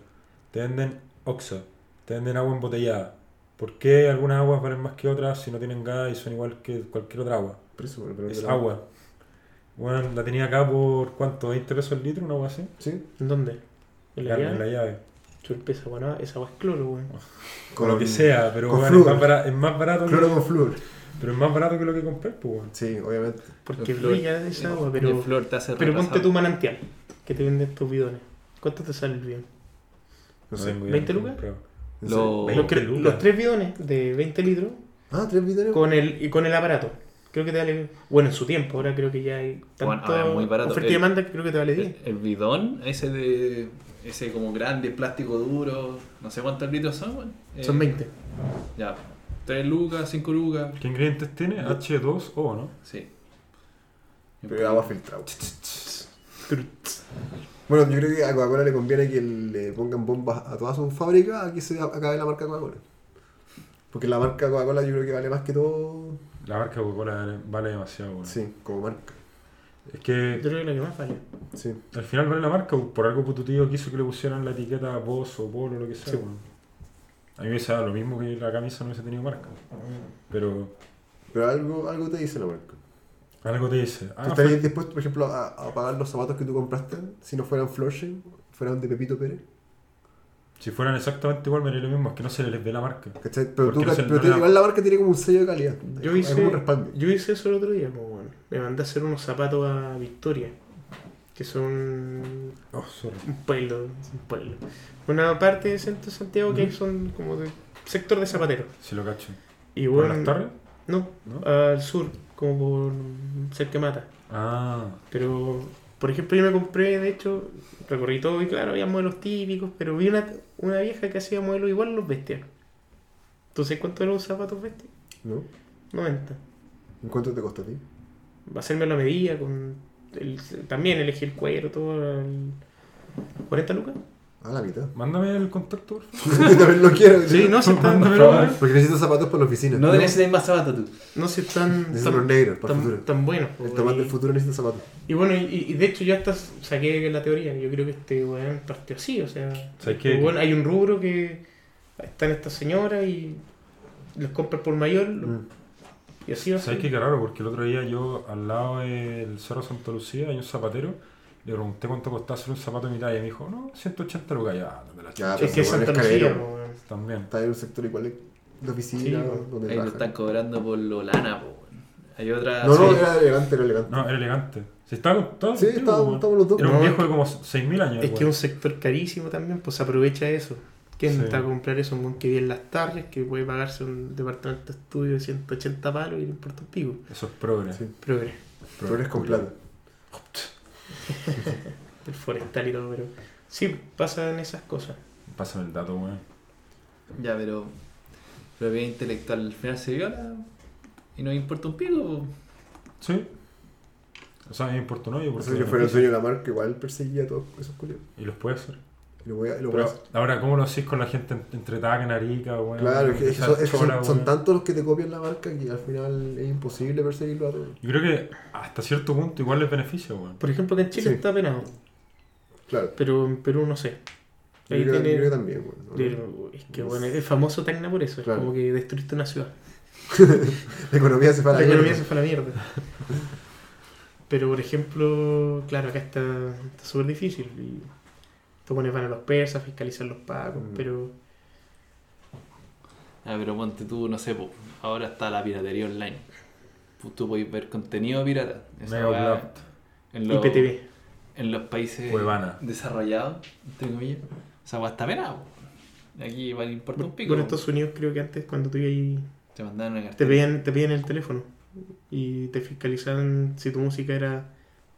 te venden Oxa, te venden agua embotellada. ¿Por qué algunas aguas valen más que otras si no tienen gas y son igual que cualquier otra agua? Precio por el valor Es de la agua. Bueno, la tenía acá por cuánto, 20 pesos el litro, una agua así. Sí. ¿En dónde? En la Claro, llave. en la llave. Chulpeza, bueno, esa agua es cloro, weón. Con lo que sea, pero con bueno, es, flúor. más bara- es más barato que, Cloro con flúor. pero es más barato que lo que compré, pues bueno. Sí, obviamente. Porque El flor- brilla esa agua, el- pero. eh, el flor te hace Pero retrasado. ponte tu manantial, que te venden estos bidones. ¿Cuánto te sale el bidón? No sé. tengo idea, 20 no he lucas? comprado. No Lo- sé. Los, 20 cre- lucas. los tres bidones de 20 litros Ah, tres videos. con el, y con el aparato. Creo que te vale. Bueno, en su tiempo, ahora creo que ya hay tanto Bueno, ahora es muy barato. oferta El- y demanda que creo que te vale 10. El, el bidón, ese de. Ese como grande, plástico duro, no sé cuántos litros son, weón. Eh, Son 20. Ya, 3 lucas, 5 lucas, ¿Qué ingredientes tiene? H2O, ¿no? sí. Pero agua filtrada. Tru- Bueno, yo creo que a Coca-Cola le conviene que le pongan bombas a todas sus fábricas a que se acabe la marca Coca-Cola. Porque la marca Coca-Cola yo creo que vale más que todo. La marca Coca-Cola vale, vale demasiado, bueno. Sí, como marca. Es Yo que creo que lo que más vale. Sí. al final vale la marca, o por algo puto tío quiso que le pusieran la etiqueta Boss o Polo, lo que sea, Sí. bueno. A mí me hubiese dado lo mismo que la camisa no hubiese tenido marca. Pero Pero algo, algo te dice la marca. algo te dice. ¿Tú Ah, estarías dispuesto, por ejemplo, a, a pagar los zapatos que tú compraste si no fueran Florsheim, fueran de Pepito Pérez? Si fueran exactamente igual, me haría lo mismo, es que no se les ve la marca. ¿Cachai? Pero, Porque tú, no se- pero no te- le da- igual la marca tiene como un sello de calidad. Yo Hay como hice, un respaldo. yo hice eso el otro día, pues, bueno. Me mandé a hacer unos zapatos a Victoria, que son Oh, sorry. un pueblo, un pueblo. Una parte de centro de Santiago Mm. que son como de sector de zapateros. Si lo cacho. Y ¿Por bueno, las torres? no, ¿No? al sur, como por cerca de Mata. Ah, Pero, por ejemplo, yo me compré, de hecho, recorrí todo y claro, había modelos típicos, pero vi una, una vieja que hacía modelos igual a los bestias. Entonces, ¿cuánto eran los zapatos bestias? ¿No? 90. ¿En cuánto te costó a ti? hacerme la medida con el- también elegí el cuero todo el- 40 lucas A la mitad. <laughs> mándame el contacto, por favor. Yo también lo quiero. sí no si están Por favor. Porque necesito zapatos para la oficina. No necesitas más zapatos tú. no si están Necesito tan, los negros para el futuro. tan, tan buenos El po, tomate y- del futuro necesita zapatos. y bueno y, y de hecho yo hasta saqué la teoría yo creo que este weón partió así o sea ¿Sabes qué? bueno, hay un rubro que están estas señoras y los compras por mayor lo- Mm. y así va a ¿Sabes ser. qué? Qué raro, porque el otro día yo al lado del Cerro Santa Lucía hay un zapatero. Le pregunté cuánto costaba hacer un zapato de mi talla y me dijo, no, 180 lucas. Ya, no me la Ya, chucha. pero Este es que es bueno, Santa es carero. Lucía po, weón. También. Está en un sector igual de- de oficina Sí, bueno. donde Ahí te trabaja. están cobrando por lo lana, po. weón. Hay otra. No, no, sí. era elegante, era elegante. No, era elegante. Si estaba con todo. sí, el tipo, estábamos, weón. estábamos los dos. Era un No, viejo de como 6.000 años. Es que es weón. un sector carísimo también, pues aprovecha eso. ¿Quién Sí. está a comprar eso? Un buen que vive en las tardes, que puede pagarse un departamento de estudio de 180 palos y le importa un pico. Eso es progre. Sí. Pero eh, Tú eres con plata. el forestal y todo, pero sí, pasan esas cosas. Pásame el dato, weón. Ya, pero. Propiedad intelectual al final se viola y no importa un pico, po. Sí. O sea, me importa un hoyo. Por porque- eso yo fuera el dueño de la marca, igual perseguía a todos esos culios. Y los puede hacer. Y Lo voy a, lo voy Pero a hacer. ahora, ¿cómo lo hacís con la gente en- entre Taca, Narica, weón? Claro, es que Esa son, es que son- chola, weón. son tantos los que te copian la marca que al final es imposible perseguirlo a todos. Yo creo que hasta cierto punto igual les beneficia, weón. Por ejemplo, que en Chile Sí. está penado, Claro. pero en Perú no sé. Yo Ahí creo, yo tiene- creo que también, bueno, ¿no? Pero es que bueno, es famoso Tacna por eso, Claro. es como que destruiste una ciudad. La economía se para la economía se fue a la mierda. <laughs> Pero por ejemplo, claro, acá está está súper difícil. Y tú pones van a los persas, fiscalizan los pagos, Mm. pero Ah, pero ponte tú, no sé, po. ahora está la piratería online. Pu- Tú puedes ver contenido pirata. Esa Mega weá Blast. en los- IPTV. en los países Cuevana. desarrollados, entre comillas. O sea, hasta pena. po. Aquí vale importa un pico. Bueno, en Estados Unidos creo que antes cuando tú ibas ahí Te mandaron una te cartera. pedían, te pedían el teléfono y te fiscalizaban si tu música era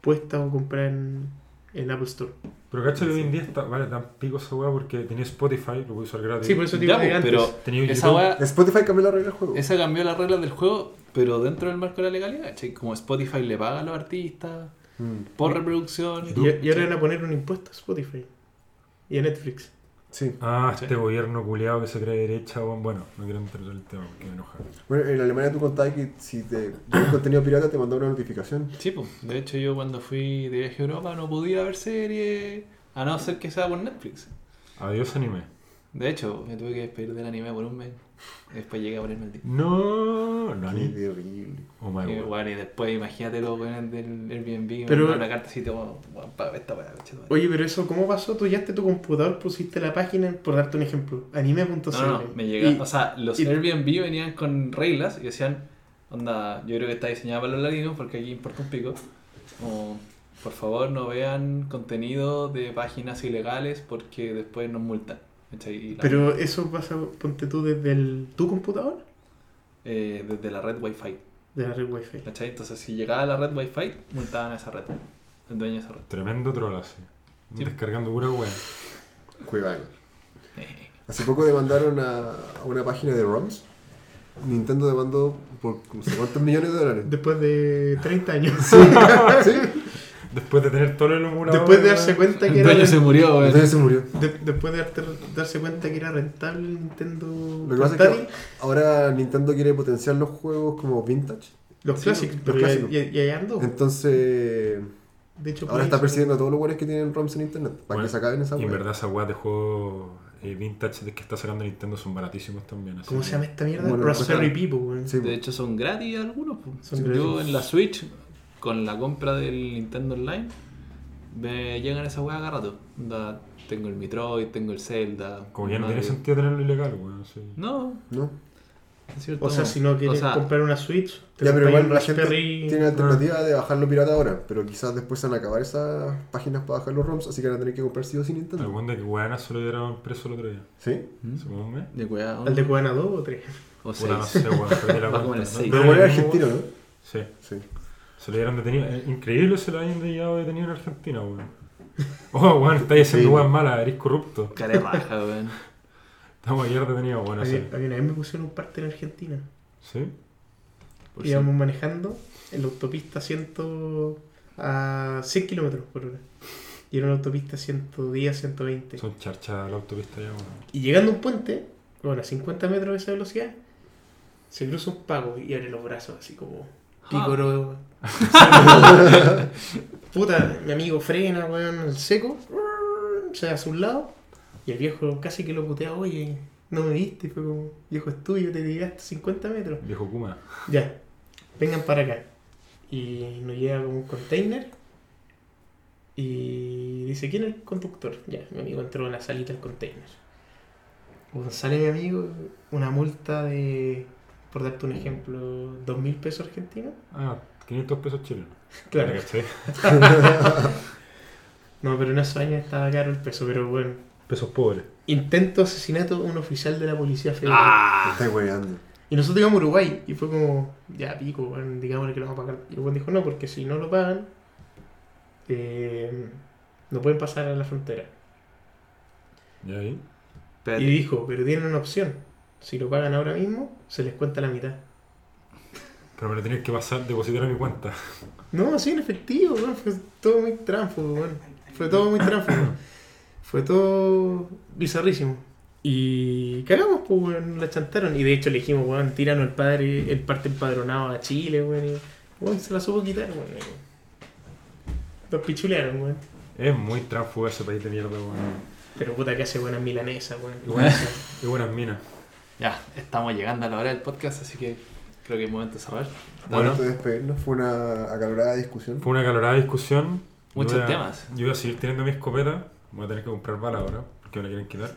puesta o comprada en, en Apple Store. Pero cacho que hoy en día está, vale, tan pico esa weá porque tenía Spotify, lo puedes usar gratis. Sí, pues. por eso te digo Ya, que po, antes. pero Tenía esa YouTube. weá- Spotify cambió la regla del juego. esa cambió las reglas del juego, pero dentro del marco de la legalidad. ¿cachai? Como Spotify le paga a los artistas Mm, por reproducción. Y, y ahora van a poner un impuesto a Spotify y a Netflix. Sí. Ah, Sí. este gobierno culeado que se cree derecha, weón. Bueno, no quiero entrar en el tema porque me enoja. Bueno, en Alemania tú contabas que si te un contenido pirata te mandaba una notificación. Sí, po. de hecho yo cuando fui de viaje a Europa no podía ver series, a no ser que sea por Netflix. Adiós anime. De hecho, me tuve que despedir del anime por un mes. Después llegué a ponerme el día. No, no, Qué ni. de horrible. Oh my Y, god. Eh, bueno, y después imagínate los weones del Airbnb, Pero- pero una carta así, te bueno, paga esta weá, coche, tu madre. Oye, pero eso, ¿cómo pasó? Tú llevaste tu computador, pusiste la página, por darte un ejemplo, anime.cl. No, no, me llega. Y- o sea, los y- Airbnb venían con reglas y decían, onda, yo creo que está diseñada para los latinos porque aquí importa un pico. Como, por favor, no vean contenido de páginas ilegales porque después nos multan. ¿cachai? Y la- Pero eso pasa, ponte tú, desde el, tu computador, eh, desde la red Wi-Fi. de la red Wi-Fi. ¿cachai? Entonces, si llegaba a la red Wi-Fi, multaban a esa red, el dueño de esa red. Tremendo troll así. Sí. Descargando pura weá. Cuevana. Hace poco demandaron a, a una página de ROMs. Nintendo demandó por no sé cuántos millones de dólares. Después de <laughs> 30 años. ¿Sí? Después de tener todo el emulador. Después de weón. darse cuenta que <laughs> El era... dueño se <laughs> murió, weón. Entonces se murió. de- después de darte- darse cuenta que era rentable el Nintendo Lo que pasa es portátil, que ahora Nintendo quiere potenciar los juegos como vintage. los Sí, clásicos, los pero ya- clásicos. ya, ya, ando. Entonces, De hecho, ahora Play está hizo- persiguiendo a todos los buenos que tienen ROMs en internet. Para Bueno, que se acaben esa Y en weá. verdad esa weá de juego eh, vintage de que está sacando Nintendo son baratísimos también. así ¿Cómo que- se llama esta mierda? Bueno, Raspberry cuesta- Pipo, weón. Sí, De hecho, son gratis algunos. po. Son Yo gratis. en la Switch, con la compra del Nintendo Online, me llegan esas weas cada rato. Onda, tengo el Metroid, tengo el Zelda. Como ya no Mario. tiene sentido tenerlo ilegal, weón. sí. No, ¿no? es cierto. O sea, no. si no quieres O sea, comprar una Switch, te Ya, pero compras igual un la gente Raspberry. tiene la alternativa de bajarlo pirata ahora, pero quizás después se van a acabar esas páginas para bajar los ROMs, así que van a tener que comprar sí o sí El Nintendo. weón de que weá solo llevaron preso el otro día. ¿Sí? ¿Mm? ¿Se un mes? ¿De cuidado? ¿Al de Cuana 2 o 3? O Puta, no seis. sé, weón. Perdí la Va como en cuenta. el seis. No, Pero no, bueno, no, era argentino, ¿no? Sí. Sí. Se lo dieron detenido. Es increíble se lo hayan llevado detenido en Argentina, weón. Oh, weón, estáis haciendo Sí. weón mala, eres corrupto. <laughs> Cara de raja, weón. Estamos ayer detenidos, bueno, a, mí, sí. a mí una vez me pusieron un parte en Argentina. ¿Sí? Por Íbamos manejando en la autopista 100 a 100 kilómetros por hora. Y era una autopista 110, 120. Son charchas la autopista ya, weón. Y llegando a un puente, bueno, a 50 metros de esa velocidad, se cruza un pago y abre los brazos así como pícoro. Puta, mi amigo frena, weón, el seco, se da a su lado y el viejo casi que lo putea, oye, no me viste, fue como, viejo es tuyo, te llegaste 50 metros. Viejo Kuma. Ya, vengan para acá. Y nos llega como un container. Y dice, ¿quién es el conductor? Ya, mi amigo entró en la salita del container. Bueno, sale mi amigo, una multa de, por darte un ejemplo, dos mil pesos argentinos. Ah, 500 pesos chilenos. Claro. ¿Cachai? No, pero en esos años estaba caro el peso, pero bueno. Pesos pobres. Intento asesinato de un oficial de la policía federal. Me Ah, estáis weando. Y nosotros íbamos a Uruguay y fue como, ya pico, weón, digámosle que lo vamos a pagar. Y el weón dijo, no, porque si no lo pagan, eh, no pueden pasar a la frontera. ¿Y ahí? Y espérate. dijo, pero tienen una opción. Si lo pagan ahora mismo, se les cuenta la mitad. Pero me lo tenías que pasar, depositar a mi cuenta. No, así en efectivo, weón, fue todo muy tránfugo, weón. Fue todo muy tránfugo. fue todo bizarrísimo. Y cagamos, pues, weón, la chantaron. Y de hecho le dijimos, weón, tíranos el padre, el parte empadronado a Chile, weón. Y, weón, se la supo quitar, weón. y Los pichulearon, weón. Es muy tránsfuga ese país de mierda, weón. Pero puta que hace buenas milanesas, <laughs> weón. Igual- Y buenas minas. Ya, estamos llegando a la hora del podcast, así que creo que es momento de cerrar. Bueno. Antes de despedirnos, fue una acalorada discusión. Fue una calorada discusión. Yo Muchos voy a- temas. Yo voy a seguir teniendo mi escopeta. Voy a tener que comprar bala ahora, porque me la quieren quitar.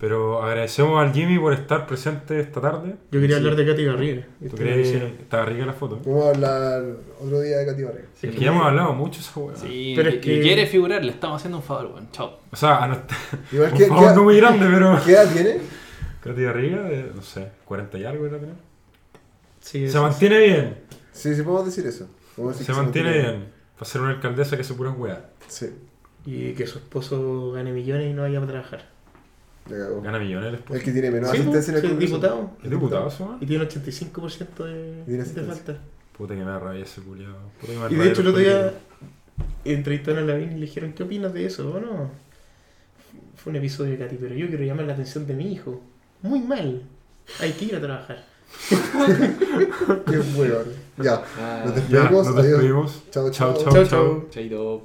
Pero agradecemos al Jimmy por estar presente esta tarde. Yo quería Sí. hablar de Katy Garriga. ¿Tú Esto me lo crees? hicieron. Está rica la foto. Vamos a hablar otro día de Katy Barriga. Es que ya hemos hablado mucho de esa weá. Sí, Ah. Pero es y- que- y quiere figurar, le estamos haciendo un favor, weón. Chao. O sea, a nuestra- Igual un que- favor que- no muy grande, pero. <laughs> ¿Qué edad tiene? Katy Garriga, eh, no sé, 40 y algo era tener. Sí, Se eso. mantiene bien, Sí, sí, podemos decir eso. Podemos decir se que mantiene bien. Para ser una alcaldesa que se pura weá. Sí, Y que su esposo gane millones y no vaya a trabajar. la cagó. Gana millones después. El que tiene menos Sí, asistencia en el sí, Congreso. diputado. ¿Es diputado su weá? Y tiene 85% de, Tiene de asistencia. falta. Puta que me da rabia ese culiado. Puta que me da Y rabia de hecho el los otro día políticos. entrevistaron a Lavín y le dijeron, ¿qué opinas de eso? ¿O no? Fue un episodio de Katy, pero yo quiero llamar la atención de mi hijo. Muy mal. Hay que ir a trabajar. <laughs> Qué bueno. Ya, Ah, nos Ya, despedimos. nos Adiós. despedimos. Chao, Chao, chao. chao, chao. chaito.